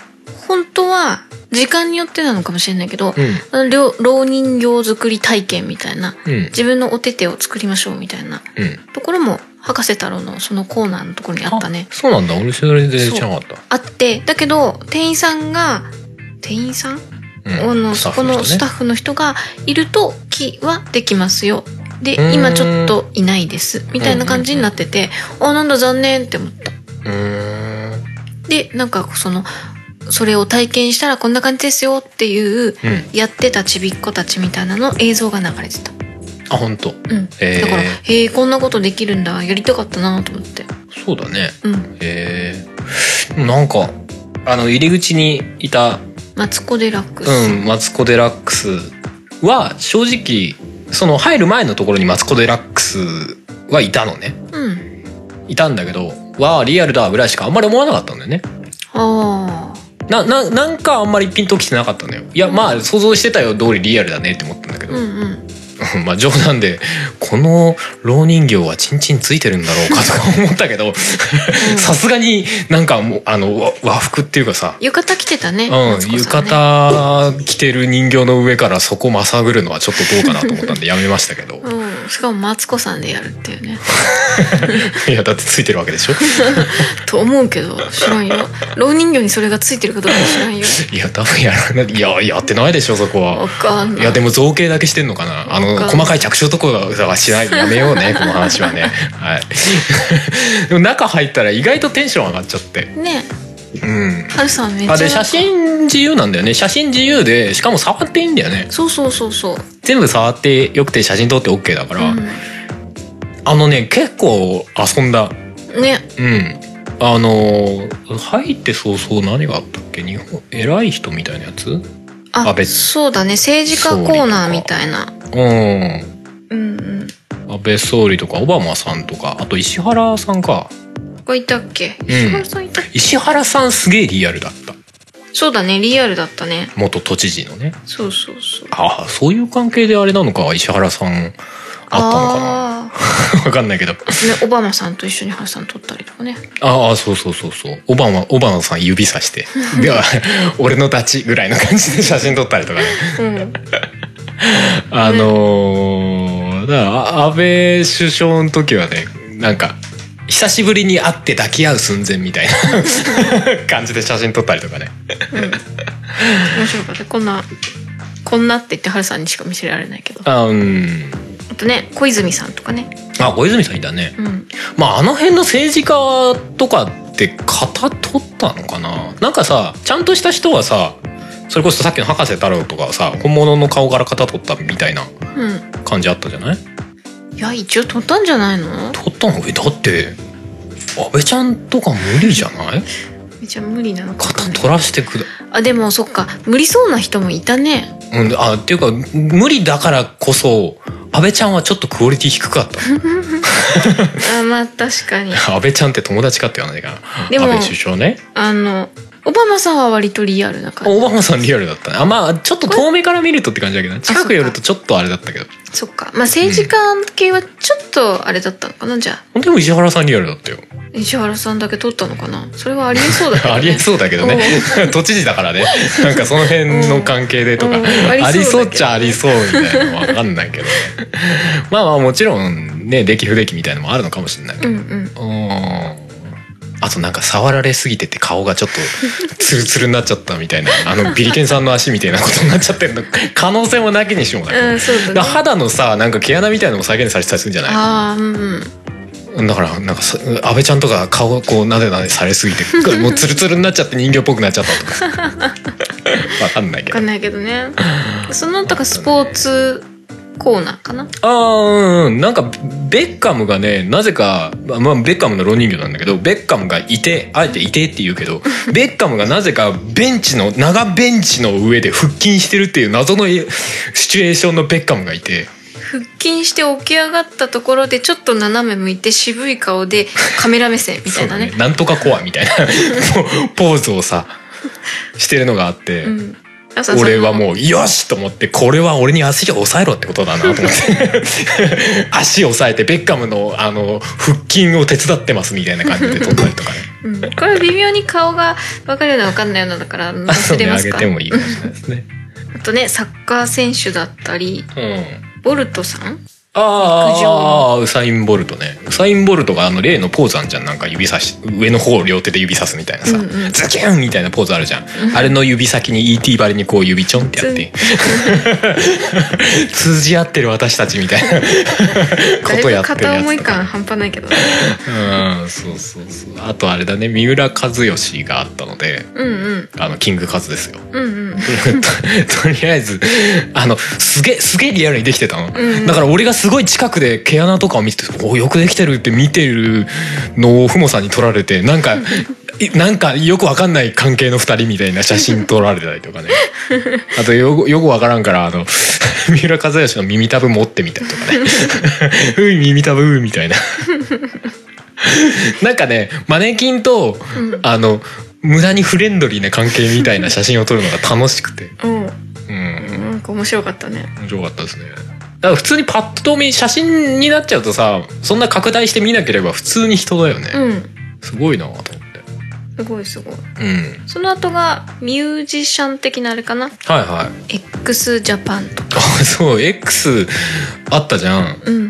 本当は、時間によってなのかもしれないけど、うあの老老人形作り体験みたいな、んうん自分のお手手を作りましょうみたいなうん、ところも、博士太郎のそのコーナーのところにあったね。そうなんだ俺それで知らなかっあって、だけど、店員さんが、店員さんた、あうんの、そこのスタッフフの人がいると木はできますよ。でうーん、今ちょっといないです。みたいな感じになってて、あ、なんだ残念って思った。のねで、なんかその、それを体験したらこんな感じですよっていう、うーんうんやってたちびっ子たちみたいなの映像が流れてた。あ本当うん。へーだから、へえ、こんなことできるんだ。やりたかったなと思って。そうだねうん。えー、なんかあの入り口にいた、マツコデラックス。うん、マツコ・デラックスは正直その入る前のところにマツコ・デラックスはいたのねうん。いたんだけどわあリアルだぐらいしかあんまり思わなかったんだよねあなななんかあんまりピンときてなかったのよいやまあ想像してたよ通りリアルだねって思ったんだけあ。ど、うんうん。 まあ冗談でこの老人形はチンチンついてるんだろうかとか思ったけどさすがになんかもうあのわ和服っていうかさ浴衣着てたね。マうツん、コ浴さんね。衣着てる人形の上からそこまさぐるのはちょっとどうかなと思ったんでやめましたけ どうん、しかもマツコさんでやるっていうね。いやだってついてるわけでしょと思うけど知らんよ。老人形にそれがついてるかどうか知らんよ。いや多分やらないいややってないでしょそこわはかんない。いやでも造形だけしてんのかなあののか細かい着手ところはしないやめよう ねこの話はねはい でも中入ったら意外とテンション上がっちゃってねうんハルさんめっちゃあで写真自由なんだよね写真自由でしかも触っていいんだよねそうそうそうそう全部触ってよくて写真撮って OK だから、うあのね結構遊んだんねうんあのー入ってそうそう何があったっけ日本偉い人みたいなやつああ別そうだね政治家コーナーみたいなうんうんうん安倍総理とかオバマさんとかあと石原さんかこれいたっけ石原さんいたっけ石原さんすげえリアルだったそうだねリアルだったね元都知事のねそうそうそうああそういう関係であれなのか石原さんあっあたのかな わかんないけどーねオバマさんと一緒にハルさん撮ったりとかねああそうそうそうそうオバマオバマさん指さしてでは俺の立ちぐらいの感じで写真撮ったりとかねうんあのー、だからあ安倍首相の時はねなんか久しぶりに会って抱き合う寸前みたい な感じで写真撮ったりとかね面白かったこんなこんなって言ってハルさんにしか見せられないけどあうんあとね小泉さんとかねあ小泉さんいたねうんまああの辺の政治家とかって型取ったのかななんかさちゃんとした人はさそれこそさっきの博士太郎とかさ本物の顔から型取ったみたいなう感じあったじゃないんいや一応撮ったんじゃないの取ったのえだって安倍ちゃんとか無理じゃないめっちゃ無理なのかわか型んない取らしてくだあでもそっか無理そうな人もいたねうん、あっていうか無理だからこそ安倍ちゃんはちょっとクオリティ低か ったあまあ確かに安倍ちゃんって友達かって言わないかなでも安倍首相ねあのオバマさんは割とリアルな感オバマさんリアルだったねあまあちょっと遠目から見るとって感じだけどねそっか近く寄るとちょっとあれだったけどじそっかまあ政治家系はちょっとあれだったのかなじゃあでも石原さんリアルだったよ石原さんだけ撮ったのかなそれはありえそうだけど、ね、ありえそうだけどね 都知事だ からねなんかその辺の関係でとか、うんうんありそうだけどねありそうっちゃありそうみたいなの分かんないけどねまあまあもちろんね出来不出来みたいのもあるのかもしれないけどうんうんうーんあとなんか触られすぎてて顔がちょっとツルツルになっちゃったみたいなあのビリケンさんの足みたいなことになっちゃってるの可能性もなきにしもあらうんそうだね肌のさなんか毛穴みたいなのも再現されてたりするんじゃなああうんうんいだからなんかさ安倍ちゃんとか顔をこうなでなでされすぎてもうツルツルになっちゃって人形っぽくなっちゃったとかさ わかんないけどわかんないけどねそのとかスポーツコーナーかなああうんうんなんかベッカムがねなぜか、まあまあ、ベッカムの老人形なんだけどベッカムがいてあえていてって言うけ どベッカムがなぜかベンチの長ベンチの上で腹筋してるっていう謎のえシチュエーションのベッカムがいて腹筋して起き上がったところでちょっと斜め向いて渋い顔でカメラ目線みたいなねなんとかコアみ たいなポポーズをさしてるのがあって。うんあそう俺はそのもうよしと思ってこれは俺に足を抑えろってことだなと思って 足を抑えてベッカムのあの腹筋を手伝ってますみたいな感じで撮ったりとかねうん、これ微妙に顔が分かるような分かんないようなだから忘れますかあげてもいいかもしれないですね。あとねサッカー選手だったりうん。ボルトさん陸上ああ、ウサイン・ボルトね。ウサイン・ボルトがあの例のポーズあんじゃん。なんか指さし、上の方を両手で指さすみたいなさ。うんうんズキュンみたいなポーズあるじゃん。あれの指先に ET バリにこう指ちょんってやって。通じ合ってる私たちみたい なだこいとやぶってるや片思ついとか感。半端ないけどねうん、そうそうそう。あとあれだね、三浦知良があったので、うんうんあの、キングカズですよ。うんうん ととりあえずあのすげえすげえリアルにできてたの、うんだから俺がすごい近くで毛穴とかを見てて「およくできてる」って見てるのをふもさんに撮られてなんかいなんかよくわかんない関係の2人みたいな写真撮られてたりとかねあとよくよくわからんからあの 三浦知良の耳たぶ持ってみたりとかね 「うい耳たぶ」みたいな。なんかねマネキンと、うんあの無駄にフレンドリーな関係みたいな写真を撮るのが楽しくてうんうんなんか面白かったね面白かったですねだから普通にパッと見写真になっちゃうとさそんな拡大して見なければ普通に人だよね、うんすごいなと思ってすごいすごいうんその後がミュージシャン的なあれかなはいはい x ジャパンとかあ そう X あったじゃんうん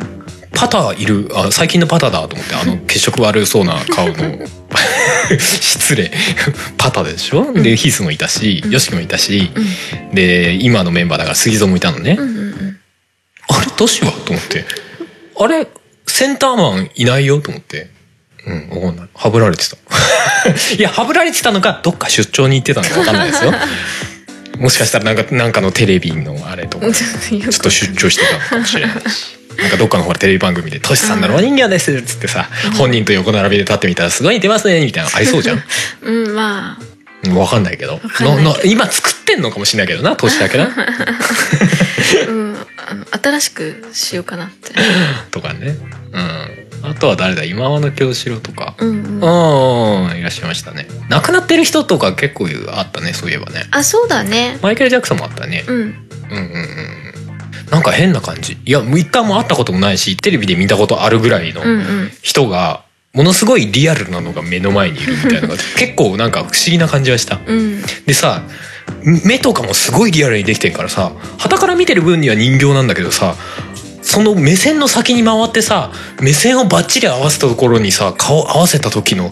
パターいるあ最近のパターだと思ってあの血色悪そうな 顔の失礼パターでしょでヒースもいたしうんヨシキもいたしうんで今のメンバーだから杉蔵もいたのねうんうんうんあれ、都市はと思って。あれ、センターマンいないよと思って。うん、わかんない。はぶられてた。 いや、はぶられてたのか、どっか出張に行ってたのかわかんないですよ。もしかしたらなんか、なんかのテレビのあれとか、ちょょっと出張してたのかもしれないし。なんかどっかのほらテレビ番組で「トシさんのお人形です」っつってさ、本人と横並びで立ってみたら「すごい似てますね」みたいなのありそうじゃん。うんまあうんわかんないけど。かんないけどなな今作ってんのかもしれないけどな、年だけな。うんあの新しくしようかな ってとかね。うん。あとは誰だ今和の京志郎とか。うん、うん、うん、いらっしゃいましたね。亡くなってる人とか結構あったね、そういえばね。あそうだねマイケル・ジャクソンもあったね。うんうんうんうんうん。なんか変な感じ。いや、もう一回も会ったこともないし、テレビで見たことあるぐらいのうんうん人が、ものすごいリアルなのが目の前にいるみたいな のが、結構なんか不思議な感じはした。うんでさ目とかもすごいリアルにできてるからさ傍から見てる分には人形なんだけどさその目線の先に回ってさ目線をバッチリ合わせたところにさ顔合わせた時の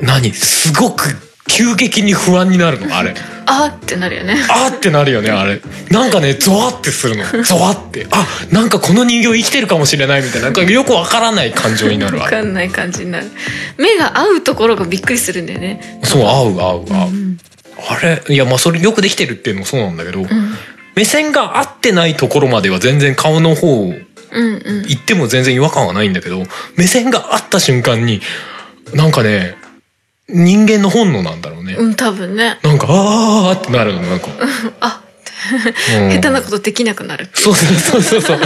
何すごく急激に不安になるのあ れあーってなるよねあーってなるよねあれなんかねゾワってするのゾワってあなんかこの人形生きてるかもしれないみたいななんかよくわからない感情になるわあかれんない感じになる目が合うところがびっくりするんだよねそう合う合う合ううんあれいやまあそれよくできてるっていうのもそうなんだけど、うん目線が合ってないところまでは全然顔の方行うんうんっても全然違和感はないんだけど目線が合った瞬間になんかね人間の本能なんだろうね、うん多分ねなんかあーってなるのなんか、あうん下手なことできなくなるそうそうそうそうそう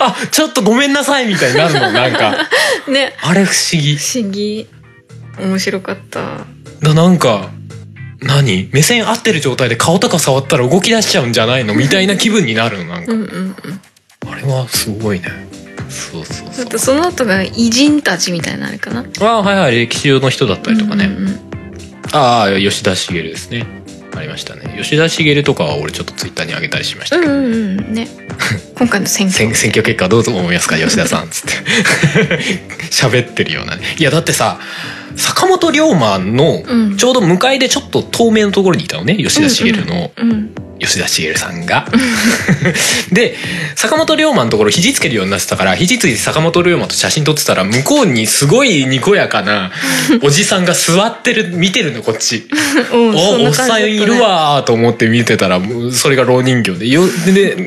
あちょっとごめんなさいみたいになるのなんか ねあれ不思議不思議面白かっただなんか何目線合ってる状態で顔とか触ったら動き出しちゃうんじゃないのみたいな気分になるのなんかうんうんうんあれはすごいねそうそうちそょうっとその後が偉人たちみたいなのかなああはいはい歴史上の人だったりとかね、うんうんああ吉田茂ですねありましたね吉田茂とかは俺ちょっとツイッターに上げたりしましたうけんど、うんうん ね今回の選挙選選挙結果どう思いますか吉田さんつって 喋ってるようなねいやだってさ坂本龍馬うのんちょうど向かいでちょっと透明のところにいたのね吉田茂のうん吉田茂さんが。で坂本龍馬のところ肘つけるようになってたから肘ついて坂本龍馬と写真撮ってたら向こうにすごいにこやかなおじさんが座ってる見てるのこっち。うんそんおおっな感じださたねんいるわーと思って見てたらもうそれが老人形でよで、ねう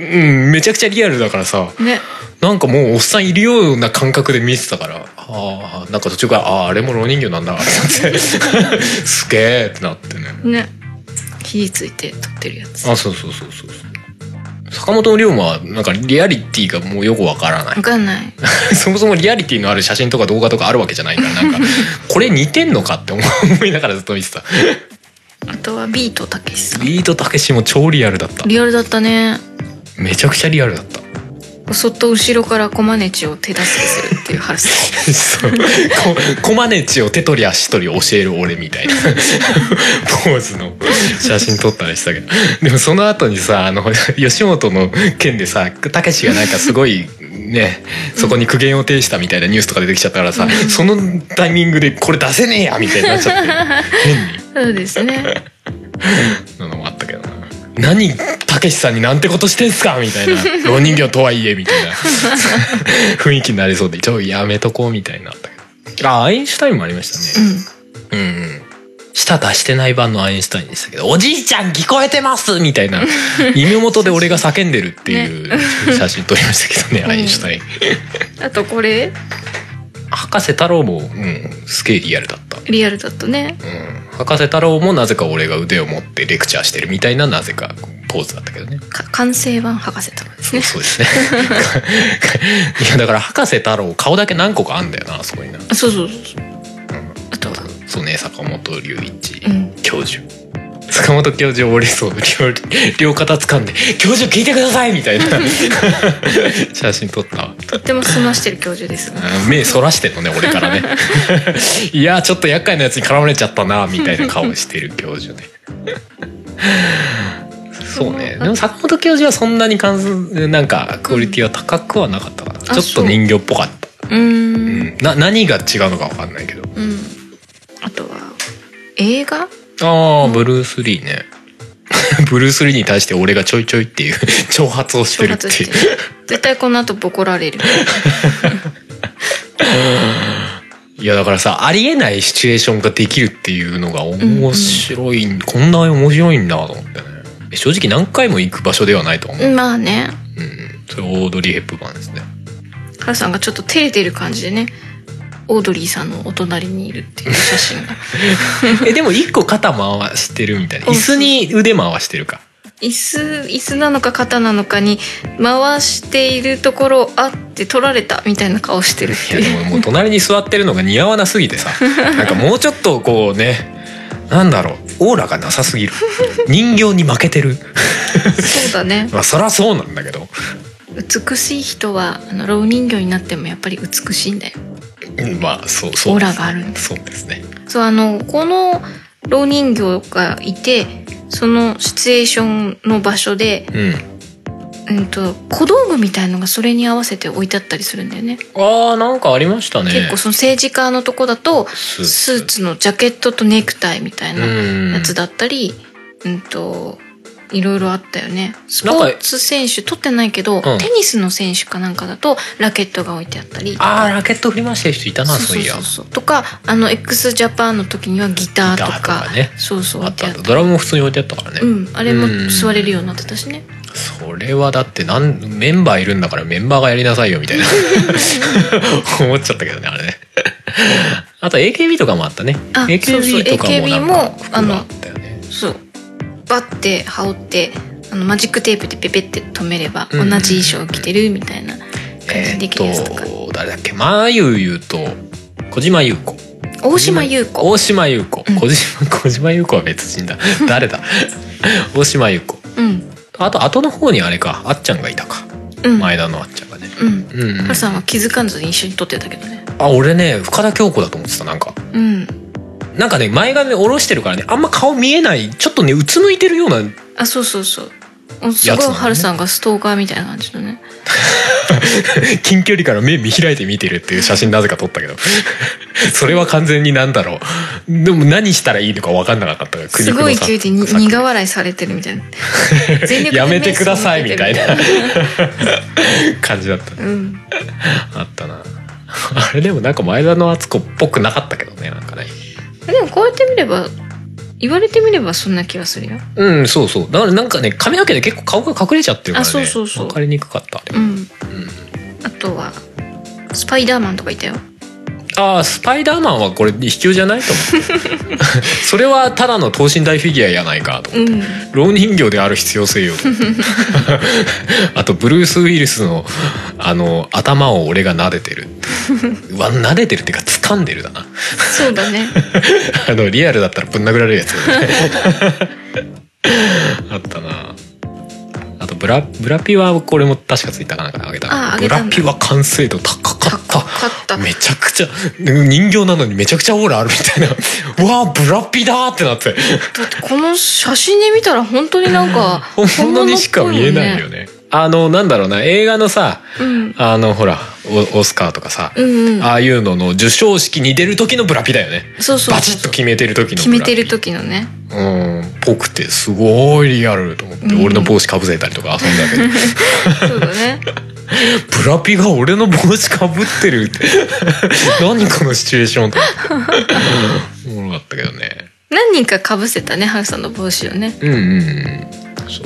ん、めちゃくちゃリアルだからさねなんかもうおっさんいるような感覚で見てたからあーなんか途中からあーあれも老人形なんだってなって すげえってなってねね火ついて撮ってるやつわあそうそうそうそうそう坂本龍馬はなんかリアリティがもうよくわからないかんない そもそもリアリティのある写真とか動画とかあるわけじゃないからなん かこれ似てんのかって思いながらずっと見てたあとはビートたけしさんビートたけしも超リアルだったリアルだったねめちゃくちゃリアルだったそっと後ろからコマネチを手助けするっていう話 そうこコマネチを手取り足取り教える俺みたいなポーズの写真撮ったりしたけどでもその後にさあの吉本の件でさたけしがなんかすごいねそこに苦言を呈したみたいなニュースとか出てきちゃったからさ、そのタイミングでこれ出せねえやみたいになっちゃって変にそうですねなのもあったけどな何たけしさんになんてことしてんすかみたいな老人形とはいえみたいな雰囲気になりそうでちょやめとこうみたいになったけどあアインシュタインもありましたうねんうんうん舌出してない版のアインシュタインでしたけど「おじいちゃん聞こえてます!」みたいな耳元で俺が叫んでるっていう写真撮りましたけどねうんアインシュタインあとこれ博士太郎も、うん、すげえリアルだったリアルだったねうん博士太郎もなぜか俺が腕を持ってレクチャーしてるみたいななぜかポーズだったけどねか完成版博士とかですねそうですね。いや、だから、博士太郎、顔だけ何個かあんだよな、あそこにな。あそうそうそうそうあとはそうね、坂本龍一うん教授。坂本教授折れそうで両両肩掴んで「教授聞いてください!」み たいな写真撮ったわとっても済ましてる教授ですがうん目そらしてんのね俺から ねいやちょっと厄介なやつに絡まれちゃったなみたいな顔してる教授ねそうねでも坂本教授はそんなに関すなんかクオリティは高くはなかったかな、ちょっと人形っぽかったうーんうんな何が違うのか分かんないけどうんあとは映画ああ、ブルース・リーね ブルース・リーに対して俺がちょいちょいっていう 挑発をして挑るって発しいてう絶対この後ボコられるいやだからさありえないシチュエーションができるっていうのが面白い、こんな面白いんだと思ってね正直何回も行く場所ではないと思う、まあねうんそれオードリー・ヘップバーンですねハルさんがちょっと照れてる感じでねオードリーさんのお隣にいるっていう写真 がえでも一個肩回してるみたいなうん椅子に腕回してるか椅子椅子なのか肩なのかに回しているところをあって取られたみたいな顔してるっいてやいうでももう隣に座ってるのが似合わなすぎ てさなんかもうちょっとこうねなんだろうオーラがなさすぎる人形に負けてるそうだねまあそりゃそうなんだけど美しい人はあの蝋人形になってもやっぱり美しいんだようんまあそうそうオーラがあるんだそうですねそうあのこの蝋人形がいてそのシチュエーションの場所で、うんうん、と小道具みたいのがそれに合わせて置いてあったりするんだよねあーなんかありましたね結構その政治家のとこだとススーツのジャケットとネクタイみたいなうんやつだったり、うん、といろいろあったよねスポーツ選手取ってないけうど、んテニスの選手かなんかだとラケットが置いてあったりあーラケット振り回してる人いたなそうそそうういやそうそうとかあの x ジャパンの時にはギターとかギターとかねそうそうあ置っいてたああっったたドラムも普通に置いてあったからね、うんあれもうん座れるようになってたしねそれはだってなんメンバーいるんだからメンバーがやりなさいよみた いな思っちゃったけどねあれねあと AKB とかもあったねあそうそう AKB とかもなんか AKB も服があったよねそうバッて羽織ってあのマジックテープでペペって止めればうん同じ衣装着てるみたいな感えじでできるやつとか、ーっと誰だっけまゆゆと小島優子大島優子大島優子、うん小島 小島優子は別人 だ誰だ大島優子うんあと後の方にあれかあっちゃんがいたかうん前田のあっちゃんがねうんうん、うんハルさんは気づかんずに一緒に撮ってたけどねあ俺ね深田恭子だと思ってたなんかうんなんかね前髪下ろしてるからねあんま顔見えないちょっとねうつむいてるような あそうそうそうおすやつごないのねハルさんがストーカーみたいな感じのね近距離から目見開いて見てるっていう写真なぜか撮ったけど それは完全になんだろうでも何したらいいのか分かんなかったから苦す肉のご策い勢いでに苦笑いされてるみ たいな全力でやめてくださいみたいな目線を向けて る感じだったねうんあったなあれでもなんか前田の敦子っぽくなかったけどねなんかねでもこうやって見れば言われてみればそんな気がするようんそうそうだからなんかね髪の毛で結構顔が隠れちゃってるからねあそうそうそう分かりにくかったあれうんあとはスパイダーマンとかいたよああスパイダーマンはこれ卑怯じゃないと思って それはただの等身大フィギュアやないかとう思ってん蝋人形である必要性 よと思ってあとブルース・ウィルスのあの頭を俺が撫でてるうわ撫でてるっていうか掴んでるだなそう だねあのリアルだったらぶん殴られるやつ だねあったなあとブラブラピはこれも確かついたかなんかであげたああげブたんだラピは完成度高かった高かっためちゃくちゃ人形なのにめちゃくちゃオーラあるみたいな うわあブラピだーってな ってだってこの写真で見たら本当になんか 本物にしか見えないよねねあのなんだろうな映画のさうんあのほらオオスカーとかさ、うんうんああいうのの授賞式に出る時のブラピだよねそうそうバそチうッと決めてる時の決ブめラピてる時のねうんぽくてすごいリアルと思って、うん俺の帽子かぶせたりとか遊んだけどそうだね ブラピが俺の帽子かぶってるって 何このシチュエーションと思っておもろかったけどね何人かかぶせたねハルさんの帽子をねうんうんうんそうそう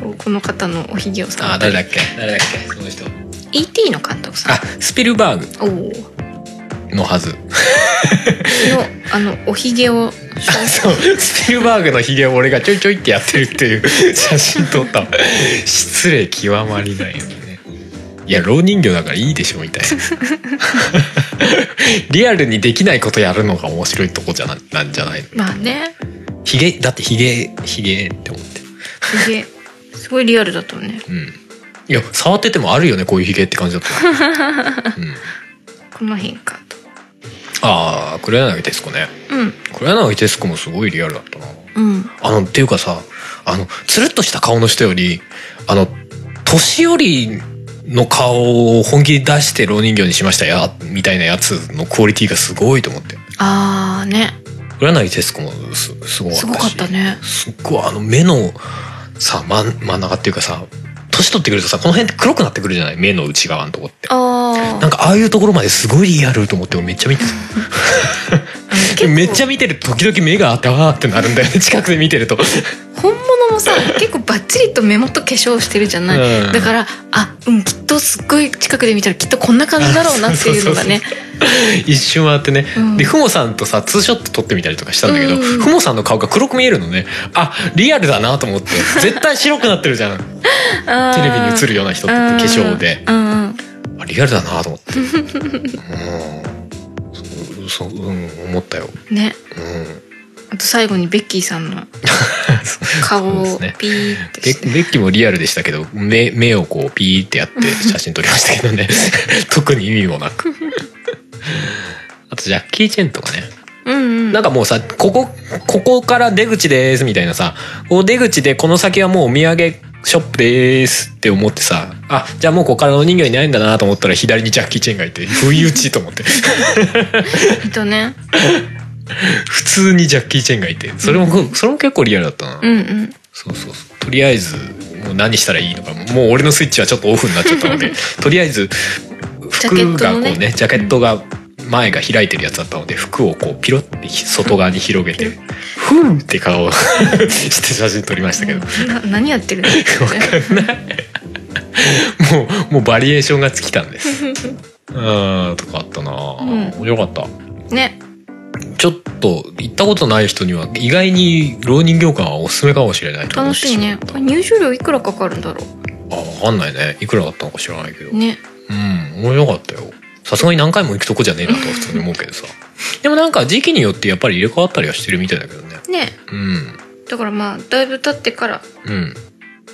こうこの方のおひげをさあー誰だっけ誰だっけその人 ET の監督さんあスピルバーおおグのはずのあのおひげをそうスピルバーグのヒゲを俺がちょいちょいってやってるっていう写真撮った失礼極まりないよねいや老人形だからいいでしょみたいな リアルにできないことやるのが面白いとこじゃななんじゃないのまあねヒゲだってヒゲヒゲって思ってひげすごいリアルだったねうんいや触っててもあるよねこういうヒゲって感じだった、うん、この辺かとああ黒柳徹子ねうん黒柳徹子もすごいリアルだったなうんあのっていうかさあのつるっとした顔の人よりあの年寄りの顔を本気で出して老人形にしましたやみたいなやつのクオリティがすごいと思ってああね占い徹子もすすごかったしすごかったねすっごいあの目のさ真ん真ん中っていうかさ年取ってくるとさこの辺って黒くなってくるじゃない目の内側のとこってあなんかああいうところまですごいリアルと思って俺めっちゃ見て あためっちゃ見てると時々目があたわーってなるんだよね近くで見てると本物もさ結構バッチリと目元化粧してるじゃない、うんだからあうんきっとすっごい近くで見たらきっとこんな感じだろうなっていうのがね 一瞬回ってね、うんでふもさんとさツーショット撮ってみたりとかしたんだけど、うんうんうんふもさんの顔が黒く見えるのねあリアルだなと 思って絶対白くなってるじゃんテテレビに映るような人って化粧でうんうんあリアルだなと思 って。うん。そう、そううん、思ったよ。ねうん。あと最後にベッキーさん の顔そうでをすねピーってベして、ッベッキーもリアルでしたけど、目、目をこうピーってや って写真撮りましたけどね。 特に意味もなく。あとジャッキー・チェンとかね。うんうんなんかもうさ、ここ、ここから出口ですみたいなさ、こう出口でこの先はもうお土産ショップですって思ってさ、あ、じゃあもうここからお人形いないんだなと思ったら左にジャッキー・チェンがいて、不意打ちと思って。 えっとね普通にジャッキー・チェンがいてそれも、それも結構リアルだったな、うんうんそうそうそうとりあえずもう何したらいいのかもう俺のスイッチはちょっとオフになっちゃったの でとりあえずジ服ャケッがトこうのねねジャケットが前が開いてるやつだったので服をこうピロって外側に広げて「ふん!」って顔 をして写真撮りましたけどな何やっ てるのもうもうバリエーションが尽きたんです うんとかあったなぁ、よかったねちょっと行ったことない人には意外に浪人業界はおすすめかもしれないと思っ楽てしいねこれ入場料いくらかかるんだろあ分かんないねいくらだったのか知らないけど、うねうん面白かったよさすがに何回も行くとこじゃねえなとは普通に思うけどさでもなんか時期によってやっぱり入れ替わったりはしてるみたいだけどねねうんだからまあだいぶ経ってからうん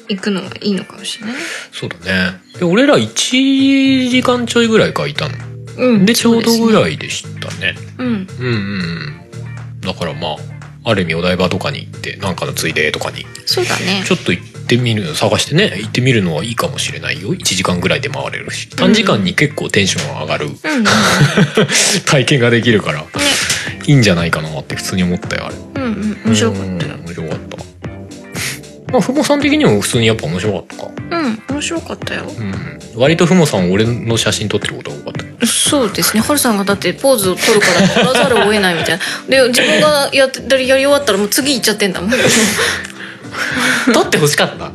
行くのがいいのかもしれないねそうだねで俺ら1時間ちょいぐらいかいたのうんでちょうどそぐですねらいでしたねうんうんうんうんだからまあある意味お台場とかに行ってなんかのついでとかにそうだねちょっと行ってみる探してね行ってみるのはいいかもしれないよ1時間ぐらいで回れるし短時間に結構テンションが上がるうんうん体験ができるからねいいんじゃないかなって普通に思ったよあれうんうん面白かったようん面白かった まあふもさん的にも普通にやっぱ面白かったかうん面白かったようん割とふもさん俺の写真撮ってることが多かったそうですねハルさんがだってポーズを取るから取らざるを得ないみたいなで自分がやってやり終わったらもう次行っちゃってん だもん 撮ってほしかった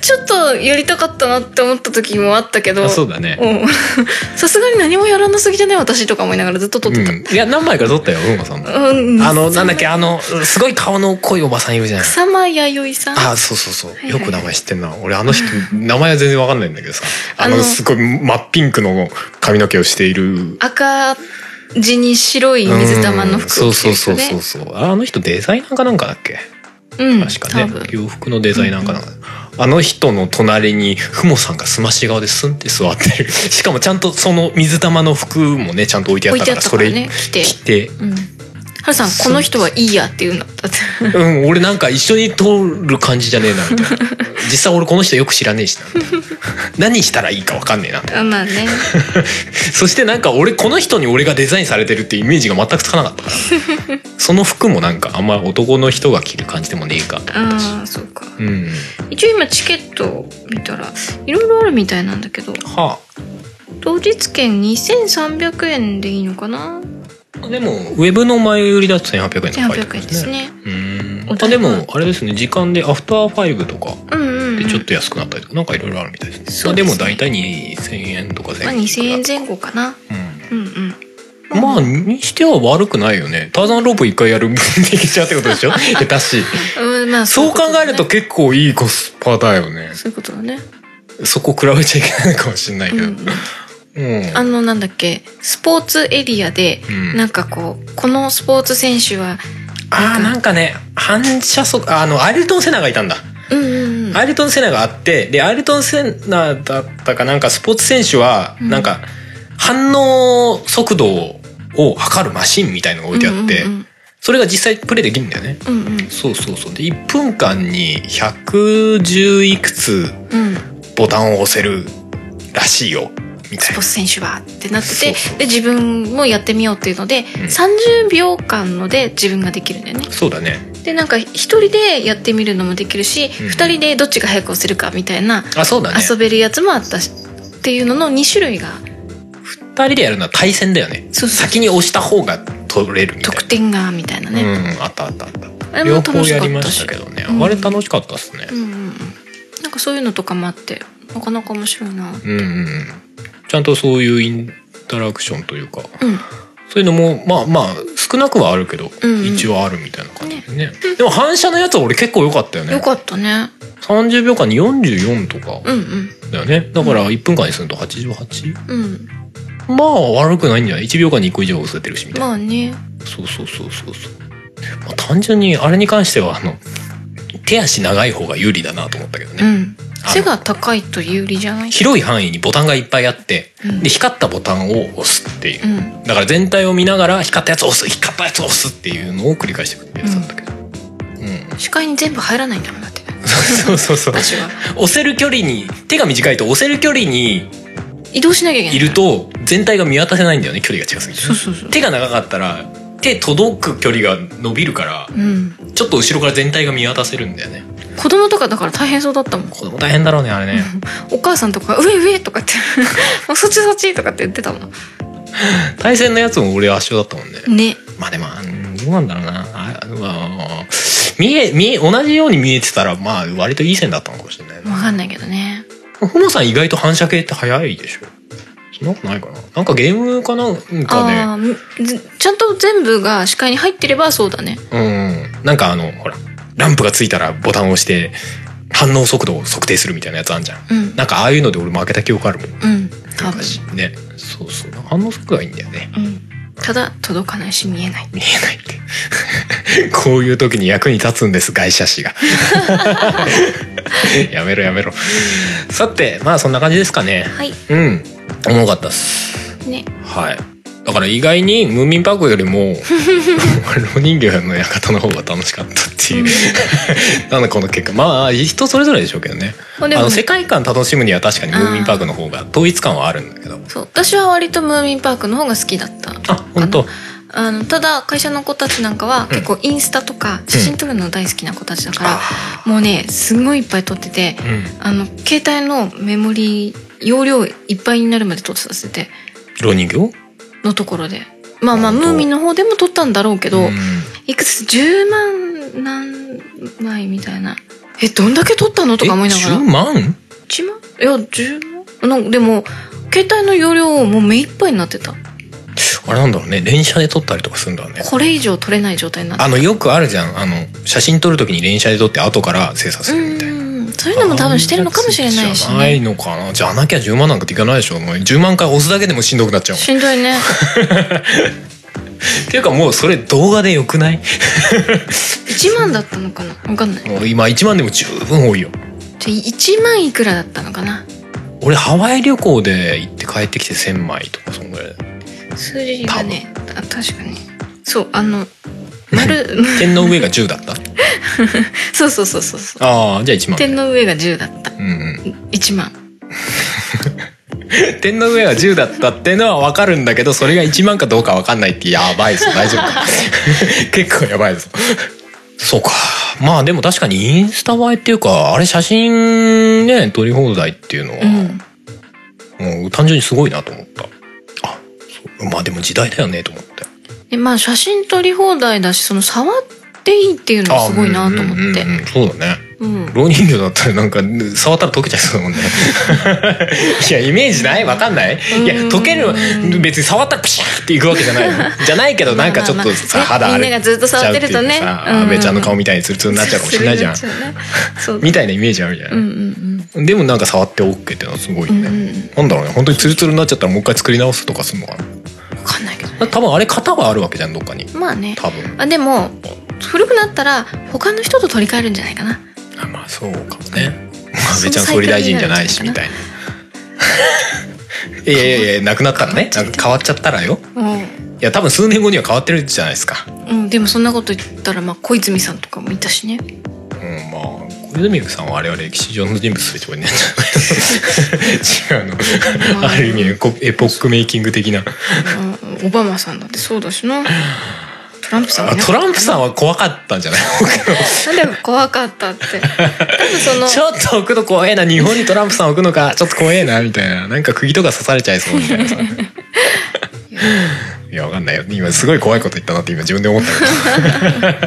ちょっとやりたかったなって思った時もあったけどあそうだねうんさすがに何もやらなすぎじゃない私とか思いながらずっと撮ってた、うんいや何枚か撮ったよふもさんのうんあのなんだっけあのすごい顔の濃いおばさんいるじゃない草間弥生さんあそうそうそう、いはいよく名前知ってんな俺あの人名前は全然わかんないんだけどさあのあのすごい真っピンクの髪の毛をしている赤地に白い水玉の服うんを着てそうるそ人うそうそうねそうあの人デザイナーかなんかだっけうん確かね多分洋服のデザイナーかなんか、あの人の隣にふもさんがすまし顔でスンって座ってる しかもちゃんとその水玉の服もねちゃんと置いてあっ置いたかてあらったそかられね来て着 てうんハルさんこの人はいいやって言うんだ ったってうん俺なんか一緒に通る感じじゃねえなみたいな 実際俺この人よく知らねえしなみたいな何したらいいかわかんねえなあまあねそしてなんか俺この人に俺がデザインされてるってイメージが全くつかなかったから その服もなんかあんま男の人が着る感じでもねえかああそうかうん一応今チケットを見たらいろいろあるみたいなんだけどは当日券2300円でいいのかなあでもウェブの前売りだと1800円とか書いてあ1800るん円ですねうーんおあ台で場もあれですね時間でアフターファイブとかうんうん、うん、でちょっと安くなったりとかなんかいろいろあるみたいですねそうですねまあでも大体2000円とかまあ1000 2000円円前後かなうんうんうんまあにしては悪くないよねターザンロープ一回やる分できちゃうってことでし ょ下手しうんまあそうい考ことだえると結構いいコスパだよねねそういうことだねそこ比べちゃいけないのかもしれないけうんど。ううんん。あのなんだっけスポーツエリアでうんなんかこうこのスポーツ選手はああ、なんかね、反射速、あの、アイルトン・セナがいたんだ。うんうんうんアイルトン・セナがあって、で、アイルトン・セナだったかなんか、スポーツ選手は、うんなんか、反応速度を測るマシンみたいのが置いてあってう、んそれが実際プレイできるんだよね。うんうんそうそうそう。で、1分間に110いくつうんボタンを押せるらしいよ。みたスいポーな。ツ選手はってなっててそうそうで自分もやってみようっていうので、うん30秒間ので自分ができるんだよねそうだね。でなんか一人でやってみるのもできるし、うん二人でどっちが早く押せるかみたいなあ、そうだね。遊べるやつもあったしっていうのの2種類が二人でやるのは対戦だよね。そうそう先に押した方が取れるみたいな得。点がみたいなね、うん、あったあったあった。あれ両も方楽しかったしやりましたけどね。うんあれ楽しかったっすね。うんうんうんなんかそういうのとかもあってなかなか面白いなうんうん、うんうん。ちゃんとそういうインタラクションというか、そういうのも、まあまあ、少なくはあるけど、うんうん一応あるみたいな感じでね。でも反射のやつは俺結構良かったよね。よかったね30秒間に44とかうんだよね。だから1分間にすると 88? うんうんまあ悪くないんじゃない ?1 秒間に1個以上薄れてるしみたいな。まあねそうそうそうそうそう。まあ、単純にあれに関してはあの手足長い方が有利だなと思ったけどね。うんあの背が高いと有利じゃない広い範囲にボタンがいっぱいあって、うんで光ったボタンを押すっていうう。んだから全体を見ながら光ったやつを押す光ったやつを押すっていうのを繰り返していくってやつだったけど。うん、視界に全部入らないんだもんだって そうそうそう。私は押せる距離に手が短いと押せる距離に移動しなきゃいけないいると全体が見渡せないんだよね距離が近すぎてそうそうそう手が長かったら手届く距離が伸びるからうんちょっと後ろから全体が見渡せるんだよね子供とかだから大変そうだったもん子供大変だろうねあれねお母さんとか「上上」とかって 「もうそっちそっち」とかって言ってたもん対戦のやつも俺圧勝だったもんねねまあでもうんどうなんだろうなあ、まあ、見え見え同じように見えてたらまあ割といい線だったのかもしれない分なかんないけどねふもさん意外と反射系って早いでしょそんなことないかななんかゲームかなんあかあーずちゃんと全部が視界に入ってればそうだねでうんなんかあのほらランプがついたらボタンを押して反応速度を測定するみたいなやつあんじゃんうんなんかああいうので俺負けた記憶あるもんうん多分昔ねそうそう反応速度がいいんだよねうんただ届かないし見えない見えないって こういう時に役に立つんです外車誌が やめろやめろさてまあそんな感じですかねはいうんおもろかったっすねはいだから意外にムーミンパークよりも老人形の館の方が楽しかったっていう、なんだこの結果まあ人それぞれでしょうけどねまあであものね世界観楽しむには確かにムーミンパークの方が統一感はあるんだけどそう私は割とムーミンパークの方が好きだったあ本当あのただ会社の子たちなんかは結構インスタとか写真撮るの大好きな子たちだから、あもうねすごいいっぱい撮っててーうんあの携帯のメモリー容量いっぱいになるまで撮ってさせて老人形のところでまあまあ本ム当ーミンの方でも撮ったんだろうけど、うんいくつ10万何枚みたいなえどんだけ撮ったのとか思いながらえ10万1万いや10万なんでも携帯の容量もう目いっぱいになってたあれなんだろうね連写で撮ったりとかするんだろうねこれ以上撮れない状態になってあのよくあるじゃんあの写真撮るときに連写で撮って後から精査すうるみたいな。んそういうのも多分してるのかもしれないしじゃないねのかなじゃなきゃ10万なんかっていかないでしょもう10万回押すだけでもしんどくなっちゃうもんしんどいねっていうかもうそれ動画でよくない1万だったのかなわかんないじゃもう今1万でも十分多いよ1万いくらだったのかな俺ハワイ旅行で行って帰ってきて1000枚とかそんぐらいだよ数字がねあ確かにそうあの 丸点の上が10だったそうそうそうそうそうああじゃあ1万点の上が10だったうんうん1万点の上は10だったっていうのは分かるんだけどそれが1万かどうか分かんないってやばいぞ大丈夫か 結構やばいぞそうかまあでも確かにインスタ映えっていうかあれ写真ね撮り放題っていうのうは、んもう単純にすごいなと思ったあそうまあでも時代だよねと思ってでまあ写真撮り放題だしその触っていいっていうのあはすごいなとうん思うんっうんてうんそうだねうん老人形だったらなんか触ったら溶けちゃいそうだもんねいやイメージないわかんないいや溶ける別に触ったらピシャーっていくわけじゃないのじゃないけどなんかちょっとさ、まあまあまあ肌荒れねみんながずっと触ってるとねちゃうっていうかうんさ阿部ちゃんの顔みたいにツルツルになっちゃうかもしれないじゃん それになっちゃうねそうみたいなイメージあるじゃうんん、うんうんでもなんか触って OK っていうのはすごいうんうね、んうんなんだろうね本当にツルツルになっちゃったらもう一回作り直すとかするのかわかんないけどねな多分あれ型はあるわけじゃんどっかにまあね多分あでも古くなったら他の人と取り替えるんじゃないかなあまあそうかもね阿部ちゃん総理大臣じゃないしみたいな いやいやいやなくなったらねなんか変わっちゃったらよういや多分数年後には変わってるじゃないですか。ん、うん、でもそんなこと言ったらまあ小泉さんとかもいたしねうん、まあ小泉さんはあれは歴史上の人物としてこになっちゃ 違うの。ある意味エコ、エポックメイキング的な。あオバマさんだってそうだしなトランプさんもあねトランプさんは怖かったんじゃないなんで怖かったって多分その ちょっと置くの怖えな日本にトランプさん置くのかちょっと怖えなみたいななんか釘とか刺されちゃいそうみ たいなさいやわかんないよ今すごい怖いこと言ったなって今自分で思ったけ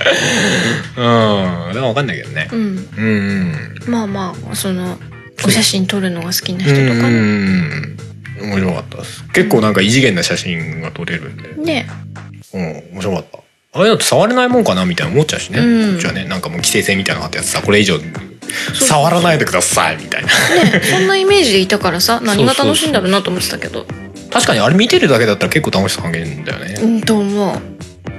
どうんでもわかんないけどねうんうんうんまあまあそのお写真撮るのが好きなう人んとかうんうねん面白かったです結構なんか異次元な写真が撮れるんでねうん面白かったあれだと触れないもんかなみたいな思っちゃうしね、うんこっちはねなんかもう規制線みたいなのがあったやつさこれ以上触らないでくださいみたいなねそんなイメージでいたからさ何がそうそうそう楽しいんだろうなと思ってたけど確かにあれ見てるだけだったら結構楽しさ半減だよね、うんと思う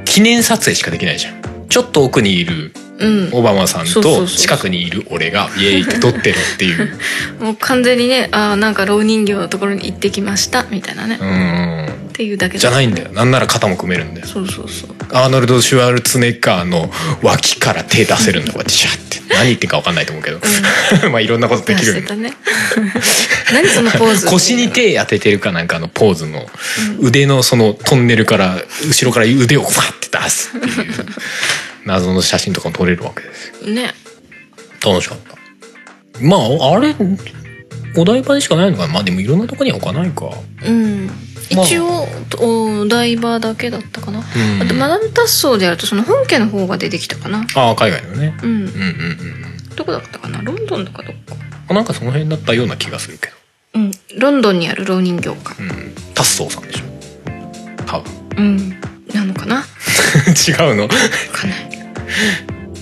記念撮影しかできないじゃんちょっと奥にいるうんオバマさんそうそうそとう近くにいる俺がイエーイって撮ってるっていう もう完全にねあーなんか老人形のところに行ってきましたみたいなねうーんっていうだけだじゃないんだよなんなら肩も組めるんだよそうそうそうアーノルド・シュワルツェネッガーの脇から手出せるんだこうやってシャーって何言ってんか分かんないと思うけど、 まあいろんなことで出きしるてたね 何そのポーズ腰に手当ててるかなんかのポーズの腕のそのトンネルから後ろから腕をファって出すっていう謎の写真とかも撮れるわけですよね楽しかったまああれお台場にしかないのかなまあでもいろんなとこには置かないかうんまあ一応お台場だけだったかな、んあとマダム達ソーでやるとその本家の方が出てきたかなああ海外のねううんうんんうんうんどこだったかなロンドンとかどこかあなんかその辺だったような気がするけどうんロンドンにある老人形かうんタッソーさんでしょ多分 うんなのかなわ違うのかんない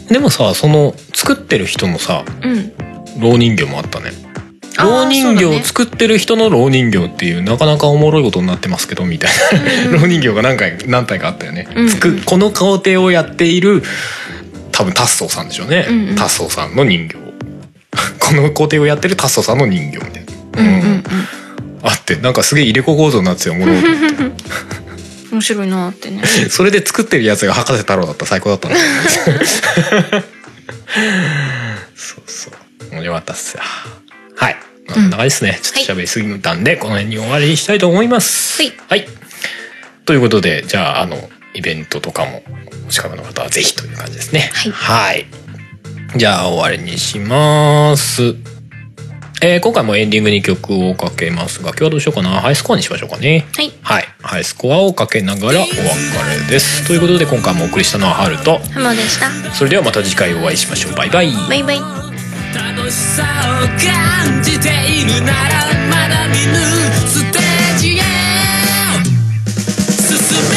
でもさその作ってる人のさうん老人形もあったねあー老人形そをうだね作ってる人の老人形っていうなかなかおもろいことになってますけどみたいな、老人形が何回何体かあったよね、うんうんつくこの工程をやっている多分タッソーさんでしょうね、うんうんタッソーさんの人形 この工程をやってるタッソーさんの人形みたいな、うんうんうんあってなんかすげえ入れ子構造になってておもろ い面白いなーってね それで作ってるやつが博士太郎だったら最高だったなそうそう面白かったっすよはいこんな感じですね、ちょっと喋りすぎたんで、この辺に終わりにしたいと思いますはいはいということでじゃああのイベントとかもお近くの方はぜひという感じですねはいはいじゃあ終わりにしますえー今回もエンディングに曲をかけますが今日はどうしようかなハイスコアにしましょうかねはいはい、ハイスコアをかけながらお別れです。ということで今回もお送りしたのはハルと、ハマでしたそれではまた次回お会いしましょう。バイバイ。バイバイ楽しさを感じているならまだ見ぬステージへ進め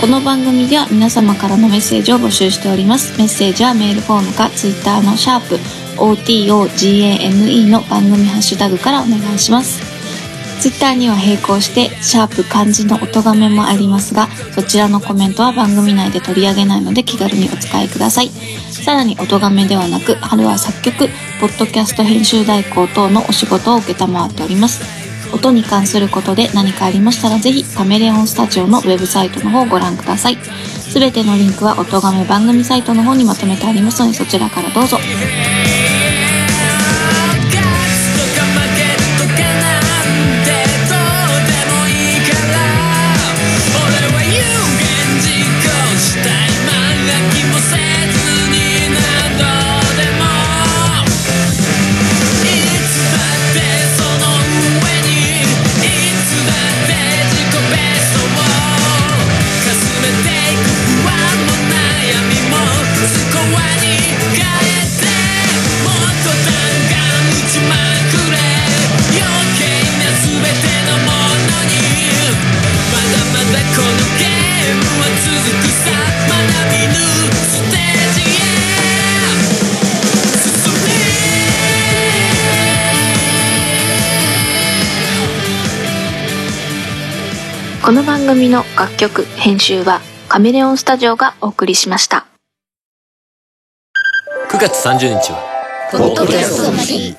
この番組では皆様からのメッセージを募集しておりますメッセージはメールフォームかツイッターのシャープ OTOGAME の番組ハッシュタグからお願いしますツイッターには並行してシャープ漢字の音がめもありますがそちらのコメントは番組内で取り上げないので気軽にお使いくださいさらに音がめではなく春は作曲ポッドキャスト編集代行等のお仕事を承っております音に関することで何かありましたらぜひカメレオンスタジオのウェブサイトの方をご覧くださいすべてのリンクは音がめ番組サイトの方にまとめてありますのでそちらからどうぞガッツとか負けとかなんてどうでもいいから俺は有言実行したいまだ気もせずに何度でも「いつだってその上にいつだって自分の自己ベストを」「かすめていく不安も悩みもスコアに変えて」「もっと弾丸打ちまくれ」「余計な全てのものに」「まだまだこのゲームは続くさ」「学びぬステージへ進め」この番組の楽曲編集はカメレオンスタジオがお送りしました9月30日はポッドキャストの日